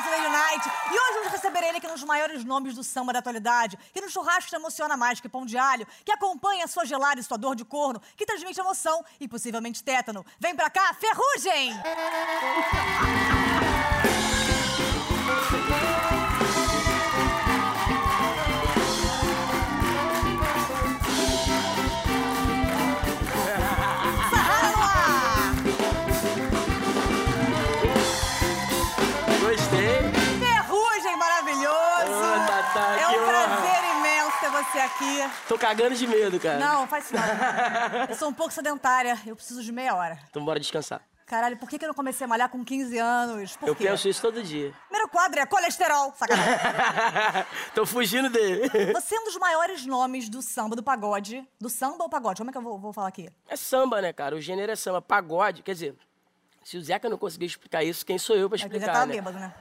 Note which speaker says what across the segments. Speaker 1: Knight. E hoje vamos receber ele, que é um dos maiores nomes do samba da atualidade, que no churrasco te emociona mais que pão de alho, que acompanha a sua gelada e sua dor de corno, que transmite emoção e possivelmente tétano. Vem pra cá, Ferrugem! Sahara no ar!
Speaker 2: Gostei. Tá,
Speaker 1: Ferrugem
Speaker 2: Ô,
Speaker 1: maravilhoso!
Speaker 2: Tatá,
Speaker 1: É
Speaker 2: que
Speaker 1: um
Speaker 2: honra.
Speaker 1: prazer imenso ter você aqui.
Speaker 2: Tô cagando de medo, cara.
Speaker 1: Não, faz isso não. Eu sou um pouco sedentária, eu preciso de meia hora.
Speaker 2: Então bora descansar.
Speaker 1: Caralho, por que que eu não comecei a malhar com 15 anos? Por
Speaker 2: Eu
Speaker 1: quê?
Speaker 2: penso isso todo dia.
Speaker 1: Primeiro quadro é colesterol, sacanagem.
Speaker 2: Tô fugindo dele.
Speaker 1: Você é um dos maiores nomes do samba, do pagode. Do samba ou pagode? Como é que eu vou, vou falar aqui?
Speaker 2: É samba, né, cara? O gênero é samba. Pagode, quer dizer, se o Zeca não conseguir explicar isso, quem sou eu pra
Speaker 1: É que ele
Speaker 2: explicar,
Speaker 1: já tá
Speaker 2: né?
Speaker 1: bêbado, né?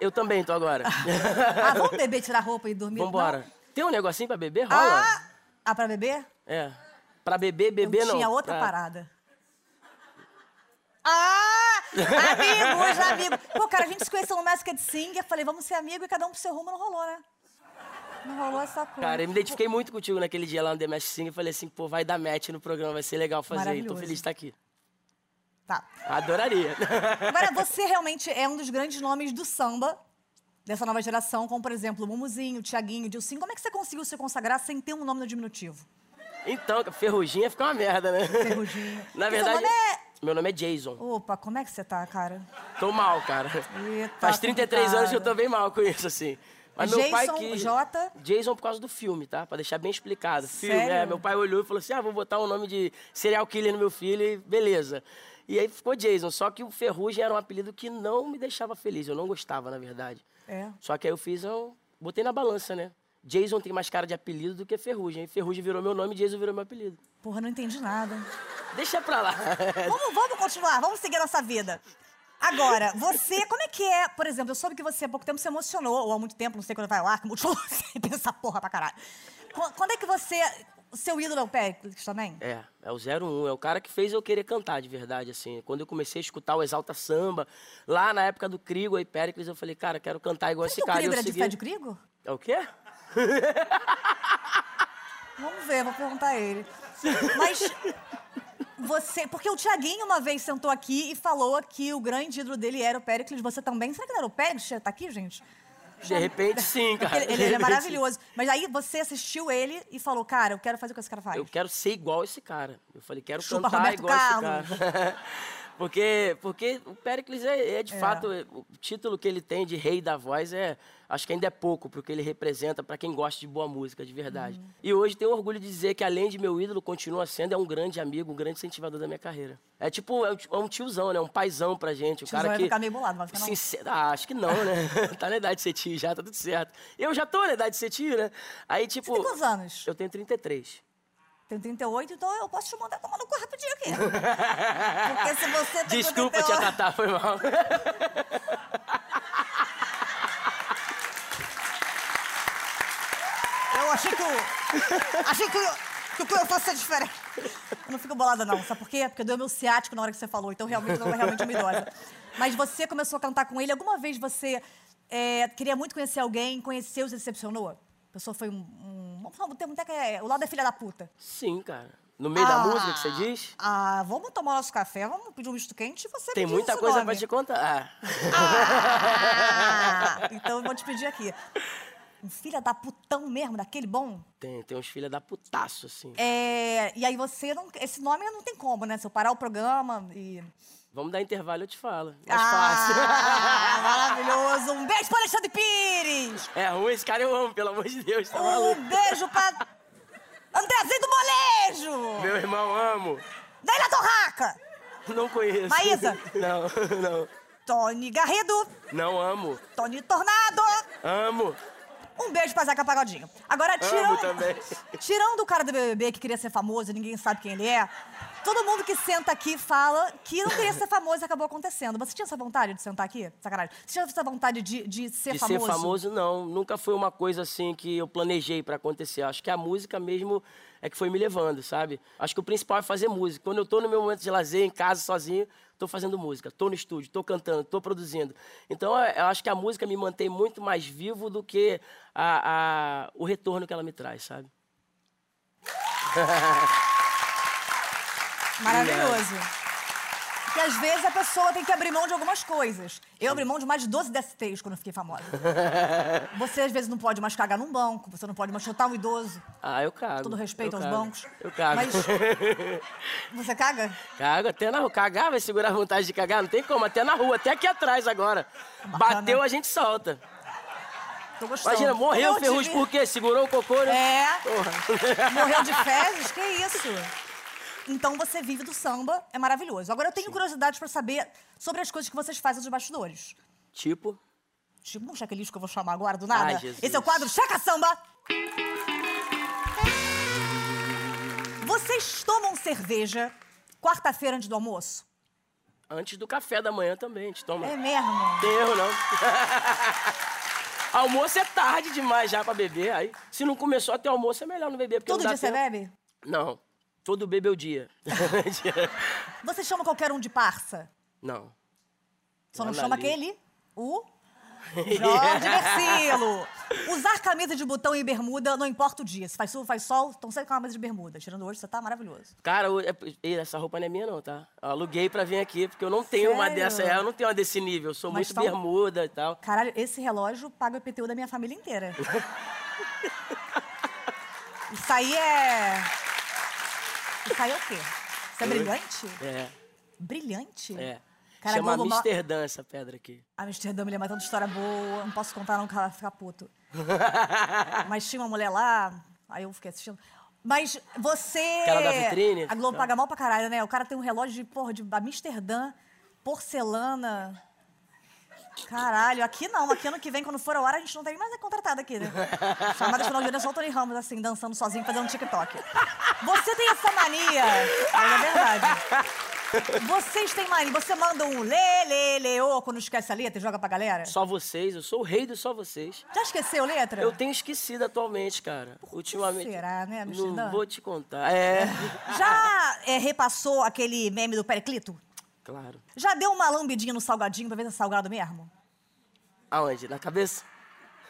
Speaker 2: Eu também tô agora.
Speaker 1: Ah, vamos beber, tirar a roupa e dormir?
Speaker 2: Vambora.
Speaker 1: Não?
Speaker 2: Tem um negocinho pra beber? Rola?
Speaker 1: Ah, ah, pra beber?
Speaker 2: É. Pra beber, beber
Speaker 1: eu
Speaker 2: não. tá.
Speaker 1: tinha outra
Speaker 2: Pra-
Speaker 1: parada. Ah! Amigos, amigos. Pô, cara, a gente se conheceu no Masked Singer. Falei, vamos ser amigo e cada um pro seu rumo. Não rolou, né? Não rolou essa coisa.
Speaker 2: Cara, eu me identifiquei muito contigo naquele dia lá no The Mask Singer. Falei assim, pô, vai dar match no programa, vai ser legal fazer. E tô
Speaker 1: Maravilhoso.
Speaker 2: feliz de estar aqui.
Speaker 1: Tá.
Speaker 2: Adoraria.
Speaker 1: Agora, você realmente é um dos grandes nomes do samba dessa nova geração, como, por exemplo, Mumuzinho, Tiaguinho, Dilcinho. Como é que você conseguiu se consagrar sem ter um nome no diminutivo?
Speaker 2: Então, ferruginha fica uma merda, né?
Speaker 1: Ferruginha.
Speaker 2: Na
Speaker 1: E seu
Speaker 2: verdade,
Speaker 1: nome é-
Speaker 2: meu nome é Jason.
Speaker 1: Opa, como é que você tá, cara?
Speaker 2: Tô mal, cara.
Speaker 1: Ih, tá
Speaker 2: Faz 33
Speaker 1: complicado.
Speaker 2: anos que eu tô bem mal com isso, assim. Mas meu pai
Speaker 1: Jason,
Speaker 2: quis...
Speaker 1: J?
Speaker 2: Jason por causa do filme, tá? Pra deixar bem explicado. Filme,
Speaker 1: Sério?
Speaker 2: é, meu pai olhou e falou assim, ah, vou botar o nome de serial killer no meu filho e beleza. E aí ficou Jason, só que o Ferrugem era um apelido que não me deixava feliz, eu não gostava, na verdade.
Speaker 1: É.
Speaker 2: Só que aí eu fiz, eu botei na balança, né? Jason tem mais cara de apelido do que Ferrugem. Ferrugem virou meu nome, Jason virou meu apelido.
Speaker 1: Porra, não entendi nada.
Speaker 2: Deixa pra lá.
Speaker 1: Vamos, vamos continuar, vamos seguir a nossa vida. Agora, você, como é que é? Por exemplo, eu soube que você há pouco tempo se emocionou, ou há muito tempo, não sei quando vai ao ar, que multifou, você pensa porra pra caralho. Qu- Quando é que você. O seu ídolo é o Péricles também?
Speaker 2: É, é o 01, é o cara que fez eu querer cantar de verdade, assim. Quando eu comecei a escutar o Exalta Samba, lá na época do Crigo e Péricles, eu falei, cara, quero cantar igual esse
Speaker 1: o
Speaker 2: cara. E
Speaker 1: Crigo
Speaker 2: eu
Speaker 1: era um de
Speaker 2: segui-
Speaker 1: Fé de Crigo?
Speaker 2: É o quê?
Speaker 1: Vamos ver, vou perguntar a ele. Mas você. Porque o Tiaguinho uma vez sentou aqui e falou que o grande ídolo dele era o Péricles. Você também? Será que não era o Péricles? Tá aqui, gente?
Speaker 2: De repente, sim, cara.
Speaker 1: Ele,
Speaker 2: De
Speaker 1: ele é
Speaker 2: repente,
Speaker 1: maravilhoso. Mas aí você assistiu ele e falou, cara, eu quero fazer o que esse cara faz.
Speaker 2: Eu quero ser igual esse cara. Eu falei, quero
Speaker 1: Chupa
Speaker 2: cantar
Speaker 1: Roberto
Speaker 2: igual
Speaker 1: Carlos.
Speaker 2: esse cara. porque, porque o Péricles é, é, de
Speaker 1: É.
Speaker 2: fato, é, o título que ele tem de rei da voz é. Acho que ainda é pouco, porque ele representa para quem gosta de boa música, de verdade.
Speaker 1: Uhum.
Speaker 2: E hoje tenho orgulho de dizer que, além de meu ídolo, continua sendo, é um grande amigo, um grande incentivador da minha carreira. É tipo, é um ti- é um tiozão, né? Um paizão pra gente. Um
Speaker 1: Tiozão é
Speaker 2: cara
Speaker 1: vai
Speaker 2: que.
Speaker 1: ficar meio bolado, vai ficar não?
Speaker 2: Sincero, ah, acho que não, né? tá na idade de ser tio já, tá tudo certo. Eu já tô na idade de ser tio, né? Aí, tipo.
Speaker 1: Você tem quantos anos?
Speaker 2: Eu tenho 33.
Speaker 1: Tenho 38, então eu posso te mandar tomar no cu rapidinho aqui. Porque se você tem
Speaker 2: Desculpa,
Speaker 1: 38
Speaker 2: tia Tatá, foi mal.
Speaker 1: Eu achei que o. Achei que o. Que o Cleo fosse ser diferente. Eu não fico bolada, não. Sabe por quê? Porque deu meu ciático na hora que você falou, então realmente eu não é realmente uma idosa. Mas você começou a cantar com ele. Alguma vez você é, queria muito conhecer alguém, conheceu, se decepcionou? A pessoa foi um. um vamos falar um termo até que é. O lado da filha da puta.
Speaker 2: Sim, cara. No meio da música que você diz?
Speaker 1: Ah, vamos tomar nosso café, vamos pedir um misto quente e você
Speaker 2: Tem
Speaker 1: me diz
Speaker 2: muita
Speaker 1: o
Speaker 2: coisa
Speaker 1: nome.
Speaker 2: pra te contar. Ah,
Speaker 1: Ah, então eu vou te pedir aqui. Um filha da putão mesmo, daquele bom?
Speaker 2: tem, tem uns filhos da putaço, assim.
Speaker 1: É, e aí você não. Esse nome não tem como, né? Se eu parar o programa e.
Speaker 2: Vamos dar intervalo, eu te falo. É Mais
Speaker 1: Ah,
Speaker 2: fácil.
Speaker 1: maravilhoso! Um beijo para Alexandre Pires!
Speaker 2: É ruim, esse cara eu amo, pelo amor de Deus, tá maluco.
Speaker 1: Um beijo para Andrezinho do Molejo!
Speaker 2: Meu irmão, amo.
Speaker 1: Leila Torraca!
Speaker 2: Não conheço.
Speaker 1: Maísa.
Speaker 2: Não, não.
Speaker 1: Tony Garrido!
Speaker 2: Não amo.
Speaker 1: Tony Tornado!
Speaker 2: Amo.
Speaker 1: Um beijo pra Zeca Pagodinho. Agora,
Speaker 2: Amo
Speaker 1: tirando,
Speaker 2: também.
Speaker 1: tirando o cara do BBB que queria ser famoso, e ninguém sabe quem ele é, todo mundo que senta aqui fala que não queria ser famoso e acabou acontecendo. Você tinha essa vontade de sentar aqui? Sacanagem. Você tinha essa vontade de, de ser
Speaker 2: De
Speaker 1: famoso?
Speaker 2: ser famoso, não. Nunca foi uma coisa assim que eu planejei pra acontecer. Acho que a música mesmo é que foi me levando, sabe? Acho que o principal é fazer música. Quando eu tô no meu momento de lazer, em casa, sozinho, tô fazendo música, tô no estúdio, tô cantando, tô produzindo. Então, é, eu acho que a música me mantém muito mais vivo do que a- a- o retorno que ela me traz, sabe? é.
Speaker 1: Maravilhoso. Porque às vezes a pessoa tem que abrir mão de algumas coisas. Eu abri mão de mais de 12 DSTs quando eu fiquei famosa. Você às vezes não pode mais cagar num banco, você não pode mais chutar um idoso.
Speaker 2: Ah, eu cago.
Speaker 1: Todo respeito
Speaker 2: eu
Speaker 1: aos
Speaker 2: cago,
Speaker 1: bancos.
Speaker 2: Eu cago.
Speaker 1: Mas- Você caga?
Speaker 2: Cago até na rua. Cagar vai segurar a vontade de cagar? Não tem como, até na rua, até aqui atrás agora.
Speaker 1: Bacana.
Speaker 2: Bateu, a gente solta.
Speaker 1: Tô gostando.
Speaker 2: Imagina, morreu o
Speaker 1: Não,
Speaker 2: Ferrugem
Speaker 1: tive-
Speaker 2: por quê? Segurou o cocô, né?
Speaker 1: É,
Speaker 2: Porra.
Speaker 1: morreu de fezes? Que isso? Então você vive do samba, é maravilhoso. Agora eu tenho curiosidade pra saber sobre as coisas que vocês fazem nos bastidores.
Speaker 2: Tipo,
Speaker 1: Tipo um checklist que eu vou chamar agora do nada.
Speaker 2: Ai, Jesus.
Speaker 1: Esse é o quadro Checa Samba! Vocês tomam cerveja quarta-feira antes do almoço?
Speaker 2: antes do café da manhã também, a gente toma.
Speaker 1: É mesmo?
Speaker 2: Tem erro, não. almoço é tarde demais já pra beber. Aí, se não começou até almoço, é melhor não beber. Porque
Speaker 1: Todo
Speaker 2: não
Speaker 1: dia
Speaker 2: dá
Speaker 1: você
Speaker 2: tempo.
Speaker 1: bebe?
Speaker 2: Não. Todo bebe é o dia.
Speaker 1: Você chama qualquer um de parça?
Speaker 2: não.
Speaker 1: Só não
Speaker 2: Olha
Speaker 1: chama
Speaker 2: ali.
Speaker 1: aquele? O. Jorge Versilo! Usar camisa de botão e bermuda, não importa o dia. Se faz chuva, faz sol, então sempre com a camisa de bermuda. Tirando hoje, você tá maravilhoso.
Speaker 2: Cara, o- é- ei, essa roupa não é minha, não, tá? Eu aluguei pra vir aqui, porque eu não tenho uma
Speaker 1: Sério?
Speaker 2: dessa. é, Eu não tenho uma desse nível. Eu sou
Speaker 1: Mas
Speaker 2: muito
Speaker 1: tá um-
Speaker 2: bermuda e tal.
Speaker 1: Caralho, esse relógio paga o IPTU da minha família inteira. Isso aí é. Isso aí é o quê? Isso é
Speaker 2: Oi?
Speaker 1: brilhante?
Speaker 2: É,
Speaker 1: Brilhante?
Speaker 2: é.
Speaker 1: Cara,
Speaker 2: Chama
Speaker 1: Globo, ma-
Speaker 2: Amsterdã essa pedra aqui.
Speaker 1: Amsterdã me lembra tanta história boa, não posso contar não que ela vai ficar puto. Mas tinha uma mulher lá, aí eu fiquei assistindo. Mas você...
Speaker 2: Aquela da vitrine? Ah.
Speaker 1: A Globo
Speaker 2: Não.
Speaker 1: paga mal pra caralho, né? O cara tem um relógio de, porra, de Amsterdã, porcelana... Caralho, aqui não. Aqui ano que vem, quando for a hora, a gente não tem nem mais contratado aqui, né? Chamada de final de ano é só o Tony Ramos, assim, dançando sozinho, fazendo um TikTok. Você tem essa mania. Mas é verdade. Vocês têm mania? Você manda um lê, lê, lê, ô, quando esquece a letra e joga pra galera?
Speaker 2: É. Só vocês, eu sou o rei do só vocês.
Speaker 1: Já esqueceu letra?
Speaker 2: Eu tenho esquecido atualmente, cara. Ultimamente.
Speaker 1: É. será, né, Amsterdã?
Speaker 2: Não vou te contar. É.
Speaker 1: Já é, repassou aquele meme do Periclito?
Speaker 2: claro.
Speaker 1: Já deu uma lambidinha no salgadinho pra ver se é salgado mesmo?
Speaker 2: Aonde? Na cabeça?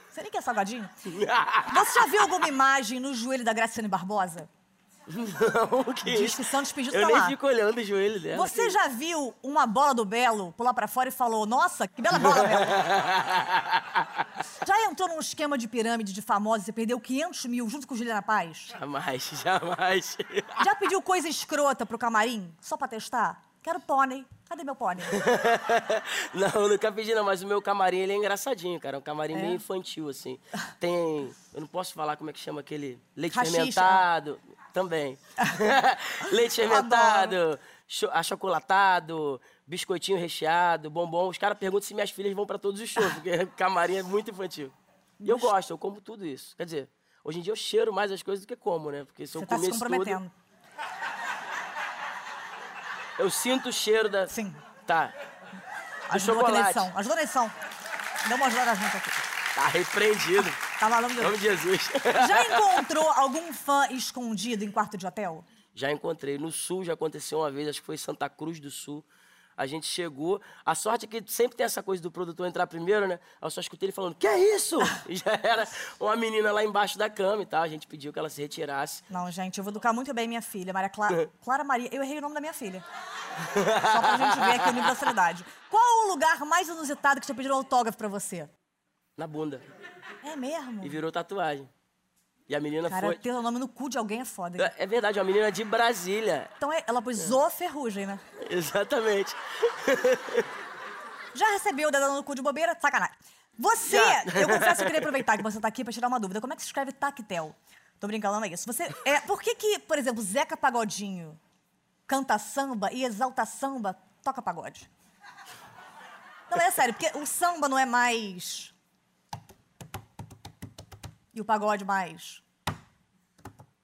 Speaker 1: Você nem quer salgadinho? Você já viu alguma imagem no joelho da Graciane Barbosa?
Speaker 2: Não, que.
Speaker 1: Diz que Santos pediu
Speaker 2: Eu
Speaker 1: tá
Speaker 2: nem
Speaker 1: lá.
Speaker 2: fico olhando o joelho dela.
Speaker 1: Você já viu uma bola do Belo pular pra fora e falou, nossa, que bela bola, Belo? Já entrou num esquema de pirâmide de famosos e perdeu 500 mil junto com Juliana Paz?
Speaker 2: Jamais, jamais.
Speaker 1: Já pediu coisa escrota pro camarim, só pra testar? Quero pônei. Cadê meu pônei?
Speaker 2: Não, nunca pedi não, mas o meu camarim, ele é engraçadinho, cara. É um camarim
Speaker 1: É?
Speaker 2: meio infantil, assim. Tem... Eu não posso falar como é que chama aquele... Leite
Speaker 1: Rachixa.
Speaker 2: fermentado. Também. Leite fermentado, cho achocolatado, biscoitinho recheado, bombom. Os caras perguntam se minhas filhas vão pra todos os shows, porque camarim é muito infantil. E eu gosto, eu como tudo isso. Quer dizer, hoje em dia eu cheiro mais as coisas do que como, né? Porque se eu
Speaker 1: Você tá se
Speaker 2: comer isso tudo,
Speaker 1: comprometendo.
Speaker 2: eu sinto o cheiro da...
Speaker 1: Sim.
Speaker 2: Tá. Do
Speaker 1: Ajudou aqui na
Speaker 2: chocolate.
Speaker 1: edição. Ajudou na edição. Deu uma ajuda junto aqui.
Speaker 2: Tá repreendido.
Speaker 1: Tá falando
Speaker 2: Em nome de Jesus.
Speaker 1: Já encontrou algum fã escondido em quarto de hotel?
Speaker 2: Já encontrei. No Sul já aconteceu uma vez, acho que foi em Santa Cruz do Sul. A gente chegou. A sorte é que sempre tem essa coisa do produtor entrar primeiro, né? Eu só escutei ele falando, que é isso? E já era uma menina lá embaixo da cama e tal. A gente pediu que ela se retirasse.
Speaker 1: Não, gente, eu vou educar muito bem minha filha, Maria Clara, Clara Maria. Eu errei o nome da minha filha. Só pra gente ver aqui o nível da seriedade. Qual o lugar mais inusitado que já pediram autógrafo pra você?
Speaker 2: Na bunda.
Speaker 1: É mesmo?
Speaker 2: E virou tatuagem. E a menina
Speaker 1: Cara,
Speaker 2: foi.
Speaker 1: ter o nome no cu de alguém é foda. hein?
Speaker 2: É verdade, uma menina de Brasília.
Speaker 1: Então é- ela pôs o ferrugem, né?
Speaker 2: Exatamente.
Speaker 1: Já recebeu dedada no cu de bobeira? Sacanagem. Você,
Speaker 2: Já.
Speaker 1: eu confesso que eu queria aproveitar que você tá aqui pra tirar uma dúvida. Como é que se escreve tactel? Tô brincando, não é isso. Você, é, por que que, por exemplo, Zeca Pagodinho canta samba e exalta samba, toca pagode? Não, é sério, porque o samba não é mais... E o pagode mais...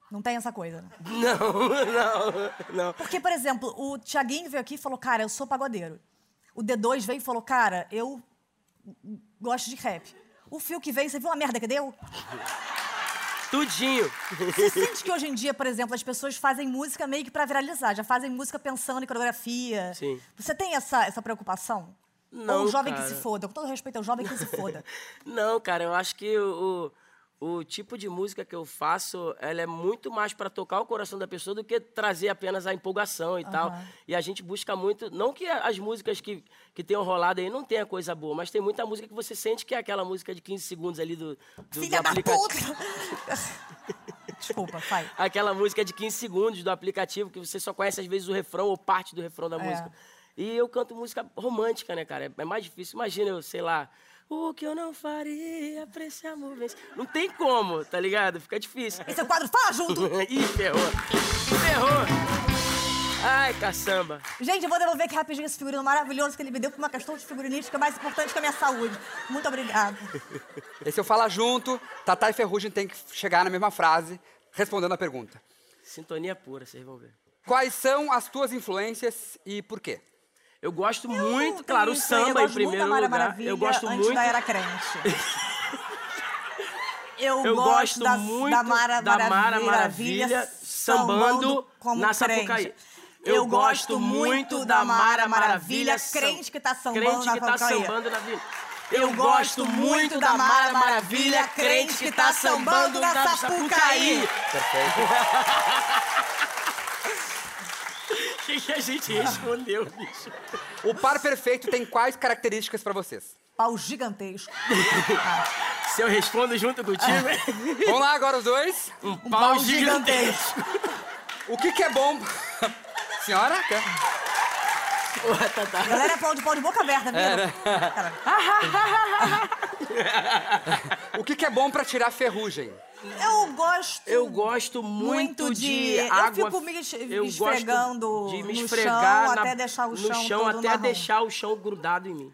Speaker 1: Não tem essa coisa, né?
Speaker 2: Não, não, não.
Speaker 1: Porque, por exemplo, o Tiaguinho veio aqui e falou, cara, eu sou pagodeiro. O D2 veio e falou, cara, eu gosto de rap. O Fio que veio, você viu a merda que deu?
Speaker 2: Tudinho.
Speaker 1: Você sente que hoje em dia, por exemplo, as pessoas fazem música meio que pra viralizar, já fazem música pensando em coreografia.
Speaker 2: Sim.
Speaker 1: Você tem essa, essa preocupação?
Speaker 2: Não,
Speaker 1: Ou o jovem que
Speaker 2: cara.
Speaker 1: se foda, com todo respeito ao jovem que se foda.
Speaker 2: Não, cara, eu acho que o, o, o tipo de música que eu faço, ela é muito mais para tocar o coração da pessoa do que trazer apenas a empolgação e tal. E a gente busca muito, não que a- as músicas que, que tenham rolado aí não tenha coisa boa, mas tem muita música que você sente que é aquela música de 15 segundos ali do, do, do
Speaker 1: Filha da
Speaker 2: aplicativo.
Speaker 1: puta! Desculpa, vai.
Speaker 2: aquela música de 15 segundos do aplicativo que você só conhece às vezes o refrão ou parte do refrão da
Speaker 1: É.
Speaker 2: música. E eu canto música romântica, né, cara? É- É mais difícil. Imagina eu, sei lá, o que eu não faria pra esse amor vencer. Não tem como, tá ligado? Fica difícil.
Speaker 1: Esse é o quadro Fala Junto!
Speaker 2: Ih, ferrou. Ferrou. Ai, caçamba.
Speaker 1: Gente, eu vou devolver aqui rapidinho esse figurino maravilhoso que ele me deu por uma questão de figurinística mais importante que a minha saúde. Muito obrigada.
Speaker 3: Esse eu falo junto, Tatá e Ferrugem tem que chegar na mesma frase, respondendo a pergunta.
Speaker 2: Sintonia pura, vocês vão ver.
Speaker 3: Quais são as tuas influências e por quê?
Speaker 2: Eu gosto muito,
Speaker 1: Tem
Speaker 2: claro, o
Speaker 1: isso aí,
Speaker 2: samba
Speaker 1: eu
Speaker 2: em
Speaker 1: gosto muito
Speaker 2: primeiro
Speaker 1: da Mara
Speaker 2: lugar.
Speaker 1: Maravilha,
Speaker 2: eu gosto
Speaker 1: antes
Speaker 2: muito.
Speaker 1: da era crente. Eu,
Speaker 2: Eu
Speaker 1: gosto
Speaker 2: gosto
Speaker 1: da,
Speaker 2: muito
Speaker 1: da Mara
Speaker 2: da Mara
Speaker 1: Maravilha,
Speaker 2: Maravilha sambando
Speaker 1: como
Speaker 2: na
Speaker 1: crente.
Speaker 2: Sapucaí.
Speaker 1: Eu,
Speaker 2: Eu
Speaker 1: gosto
Speaker 2: gosto
Speaker 1: muito
Speaker 2: muito
Speaker 1: da Mara
Speaker 2: da Mara Maravilha,
Speaker 1: Maravilha,
Speaker 2: sam-
Speaker 1: crente que tá sambando
Speaker 2: crente
Speaker 1: na
Speaker 2: que tá
Speaker 1: Sapucaí.
Speaker 2: sambando na vida.
Speaker 1: Eu gosto muito da Mara Maravilha, crente que tá sambando na Sapucaí.
Speaker 3: Perfeito.
Speaker 2: O que, que a gente respondeu, bicho?
Speaker 3: O par perfeito tem quais características pra vocês?
Speaker 1: Pau gigantesco. Ah,
Speaker 2: Se eu respondo junto contigo,
Speaker 3: Vamos lá agora os dois.
Speaker 2: É. um pau,
Speaker 1: pau
Speaker 2: gigantesco.
Speaker 3: O que que é bom... Senhora? Quer?
Speaker 2: Porra, tá, tá.
Speaker 1: A galera aplaude pau de boca aberta, viu? Cara,
Speaker 3: O que que é bom pra tirar ferrugem?
Speaker 1: Eu gosto.
Speaker 2: Eu gosto muito,
Speaker 1: Muito de-
Speaker 2: de,
Speaker 1: eu
Speaker 2: água.
Speaker 1: fico me es-
Speaker 2: eu gosto
Speaker 1: esfregando
Speaker 2: de me
Speaker 1: no chão
Speaker 2: esfregar na-
Speaker 1: até deixar o
Speaker 2: no
Speaker 1: chão
Speaker 2: chão,
Speaker 1: todo
Speaker 2: até
Speaker 1: marrom.
Speaker 2: deixar o chão grudado em mim.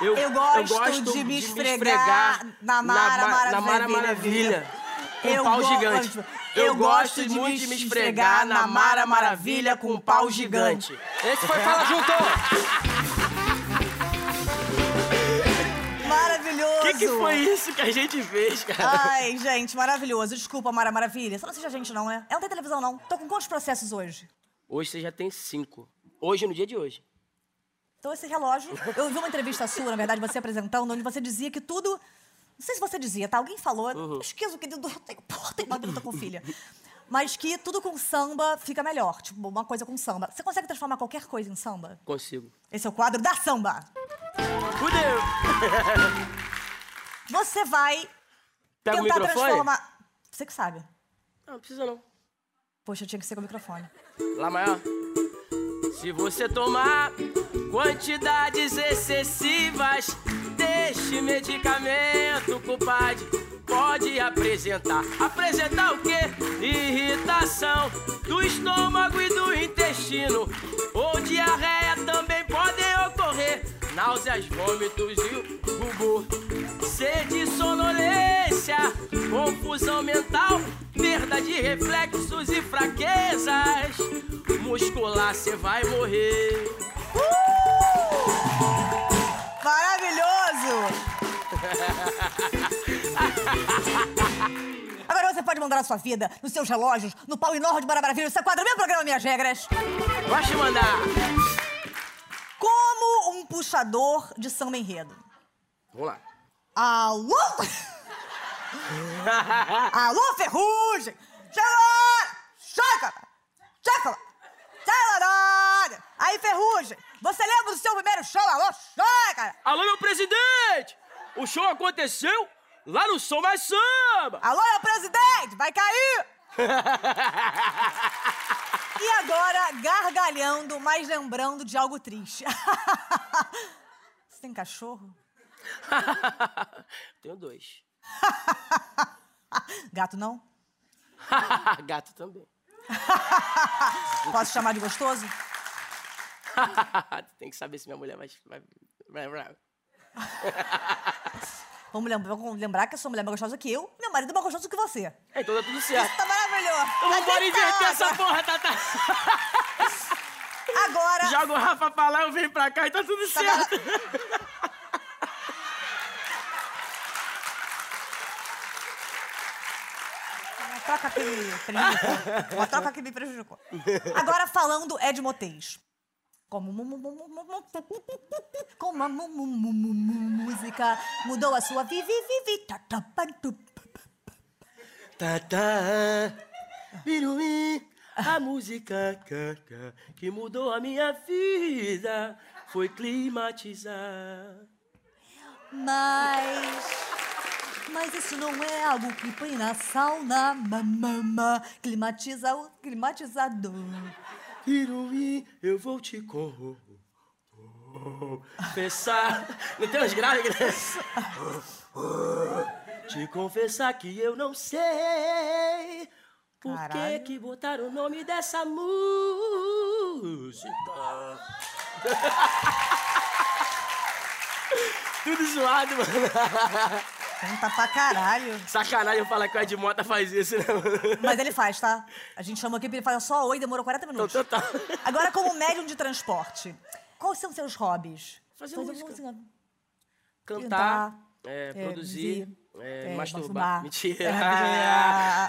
Speaker 1: Eu gosto de me esfregar na Mara
Speaker 2: ma- na Mara
Speaker 1: Maravilha.
Speaker 2: Maravilha. Com um pau
Speaker 1: go-
Speaker 2: gigante.
Speaker 1: Eu
Speaker 2: Eu,
Speaker 1: gosto
Speaker 2: gosto
Speaker 1: de me
Speaker 2: muito de me esfregar na Mara Maravilha com um pau gigante.
Speaker 3: Esse foi Fala Junto!
Speaker 1: Maravilhoso!
Speaker 2: O que, que foi isso que a gente fez, cara?
Speaker 1: Ai, gente, maravilhoso. Desculpa, Mara Maravilha. Só não seja gente, não, né? Ela não tem televisão, não. Tô com quantos processos hoje?
Speaker 2: Hoje você já tem cinco. Hoje, no dia de hoje.
Speaker 1: Então, esse relógio. Eu vi uma entrevista sua, na verdade, você apresentando, onde você dizia que tudo. Não sei se você dizia, tá? Alguém falou.
Speaker 2: Uhum.
Speaker 1: Eu esqueço que eu tenho porra, tenho uma gruta com filha. Mas que tudo com samba fica melhor. Tipo, uma coisa com samba. Você consegue transformar qualquer coisa em samba?
Speaker 2: Consigo.
Speaker 1: Esse é o quadro da samba.
Speaker 2: Fudeu!
Speaker 1: Você vai
Speaker 2: Pega o
Speaker 1: tentar
Speaker 2: microfone?
Speaker 1: transformar. Você que sabe.
Speaker 2: Não, não precisa não.
Speaker 1: Poxa, tinha que ser com o microfone.
Speaker 2: Lá maior. Se você tomar quantidades excessivas deste medicamento, compadre, pode apresentar. Apresentar o quê? Irritação do estômago e do intestino. Ou diarreia também podem ocorrer. Náuseas, vômitos e o bubu. Sede, sonolência, confusão mental, perda de reflexos e fraquezas. Muscular, você vai morrer.
Speaker 1: Maravilhoso! Agora você pode mandar a sua vida nos seus relógios, no pau enorme de Mara Maravilha. Você quadra meu programa, minhas regras.
Speaker 2: Gosto de mandar.
Speaker 1: Como um puxador de samba enredo.
Speaker 2: Vamos lá.
Speaker 1: Alô? Alô, Ferrugem! Chega! Chega! Chega! Chega! doido! Aí, Ferrugem, você lembra do seu primeiro show? Alô, chega!
Speaker 2: Alô, meu presidente! O show aconteceu lá no Som Mais Samba!
Speaker 1: Alô, meu presidente, vai cair! e agora, gargalhando, mas lembrando de algo triste. Você tem cachorro?
Speaker 2: Tenho dois.
Speaker 1: Gato não?
Speaker 2: Gato também.
Speaker 1: Posso chamar de gostoso?
Speaker 2: Tem que saber se minha mulher vai. vai- vai-
Speaker 1: Vamos lembrar, vamos lembrar que a sua mulher é mais gostosa que eu, meu marido é mais gostoso que você.
Speaker 2: Então dá tudo certo.
Speaker 1: Tá maravilhoso! Tá
Speaker 2: Então vambora inverter
Speaker 1: gostosa.
Speaker 2: essa porra, Tata!
Speaker 1: Agora,
Speaker 2: Joga o Rafa pra lá, eu venho pra cá e tá tudo certo.
Speaker 1: troca que me prejudicou. Uma troca que me prejudicou. Agora falando é de motéis. Como mu- mu- mu- mu- mu- mu- como a mu- mu- mu- mu- mu- música mudou a sua vi vi vi vi ta- ta- pa- tu- pa-
Speaker 2: Tá, tá, biruí, a música canta que mudou a minha vida foi climatizar.
Speaker 1: mas mas isso não é algo que põe na sauna mamama climatiza o climatizador
Speaker 2: Biruí, eu vou te corro. Confessar. Não tem uns graves? Te confessar que eu não sei por que
Speaker 1: Caralho.
Speaker 2: que botaram o nome dessa música. Tudo zoado, mano.
Speaker 1: canta pra caralho
Speaker 2: Sacanagem falar que o Ed Mota faz isso, né? mano?
Speaker 1: Mas ele faz, tá? A gente chamou aqui pra ele fazer só oi, demorou 40
Speaker 2: Então,
Speaker 1: minutos.
Speaker 2: total.
Speaker 1: Agora, como médium de transporte, quais são seus hobbies?
Speaker 2: Fazer música.
Speaker 1: Cantar,
Speaker 2: Cantar, é,
Speaker 1: é,
Speaker 2: produzir,
Speaker 1: produzir,
Speaker 2: é,
Speaker 1: é, masturbar.
Speaker 2: masturbar. Mentira.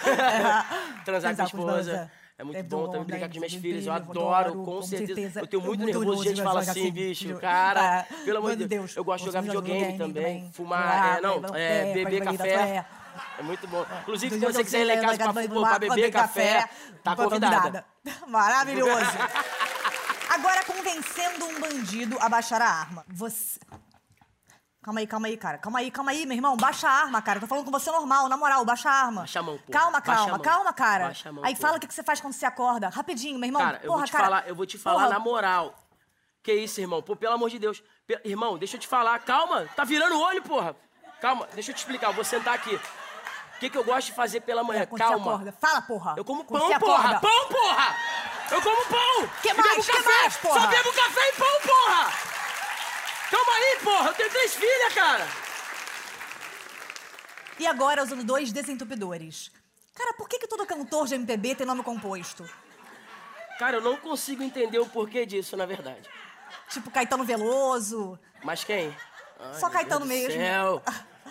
Speaker 1: É, mentira.
Speaker 2: Transar com a esposa.
Speaker 1: esposa.
Speaker 2: É muito
Speaker 1: É
Speaker 2: bom
Speaker 1: bom,
Speaker 2: também
Speaker 1: né?
Speaker 2: brincar com as minhas
Speaker 1: Eu
Speaker 2: filhas. Eu
Speaker 1: adoro,
Speaker 2: adoro, com,
Speaker 1: com
Speaker 2: certeza.
Speaker 1: certeza.
Speaker 2: Eu tenho
Speaker 1: Eu
Speaker 2: muito
Speaker 1: muito
Speaker 2: nervoso. A gente
Speaker 1: nervoso,
Speaker 2: fala
Speaker 1: mas
Speaker 2: assim,
Speaker 1: assim,
Speaker 2: bicho,
Speaker 1: juro.
Speaker 2: cara.
Speaker 1: Ah,
Speaker 2: pelo amor
Speaker 1: meu
Speaker 2: de Deus.
Speaker 1: Deus.
Speaker 2: Eu gosto de jogar
Speaker 1: Gosto de jogar
Speaker 2: videogame
Speaker 1: videogame
Speaker 2: também.
Speaker 1: também.
Speaker 2: Fumar, é,
Speaker 1: Ah,
Speaker 2: não,
Speaker 1: mas-
Speaker 2: é,
Speaker 1: é,
Speaker 2: beber
Speaker 1: pra beber
Speaker 2: café.
Speaker 1: café.
Speaker 2: É muito bom. Inclusive, se
Speaker 1: Do
Speaker 2: você
Speaker 1: João
Speaker 2: quiser ir lá em
Speaker 1: Silveira,
Speaker 2: casa pra,
Speaker 1: vai
Speaker 2: pra
Speaker 1: tomar-
Speaker 2: beber café, tá
Speaker 1: tô
Speaker 2: convidada.
Speaker 1: Maravilhoso. Agora, convencendo um bandido a baixar a arma. Você... Calma aí, calma aí, cara. Calma aí, calma aí, meu irmão. Baixa a arma, cara. Eu Tô falando com você normal, na moral, baixa a arma.
Speaker 2: Baixa a mão, porra.
Speaker 1: Calma,
Speaker 2: Baixa a
Speaker 1: calma,
Speaker 2: mão.
Speaker 1: calma, cara.
Speaker 2: Baixa a mão,
Speaker 1: aí
Speaker 2: porra.
Speaker 1: fala o que que você faz quando você acorda. Rapidinho, meu irmão.
Speaker 2: Cara, eu vou
Speaker 1: Então, Porra,
Speaker 2: te
Speaker 1: cara.
Speaker 2: falar, eu vou te falar
Speaker 1: Porra.
Speaker 2: na moral. Que isso, irmão? Pô, pelo amor de Deus. Pe- irmão, deixa eu te falar. Calma, tá virando o olho, porra. Calma, deixa eu te explicar. Eu vou sentar aqui. O que, que eu gosto de fazer pela manhã?
Speaker 1: Quando
Speaker 2: Calma.
Speaker 1: Você acorda. Fala, porra.
Speaker 2: Eu como
Speaker 1: Quando
Speaker 2: pão,
Speaker 1: você
Speaker 2: porra!
Speaker 1: acorda.
Speaker 2: Pão, porra! Eu como pão!
Speaker 1: Que
Speaker 2: E
Speaker 1: mais?
Speaker 2: Bebo
Speaker 1: Que
Speaker 2: café!
Speaker 1: mais, porra?
Speaker 2: Só bebo café e pão, porra! Calma aí, porra! Eu tenho três filhas, cara!
Speaker 1: E agora usando dois desentupidores. Cara, por que, que todo cantor de MPB tem nome composto?
Speaker 2: Cara, eu não consigo entender o porquê disso, na verdade.
Speaker 1: Tipo Caetano Veloso.
Speaker 2: Mas quem? Ai,
Speaker 1: Só
Speaker 2: meu
Speaker 1: Caetano
Speaker 2: Deus do
Speaker 1: mesmo.
Speaker 2: Céu.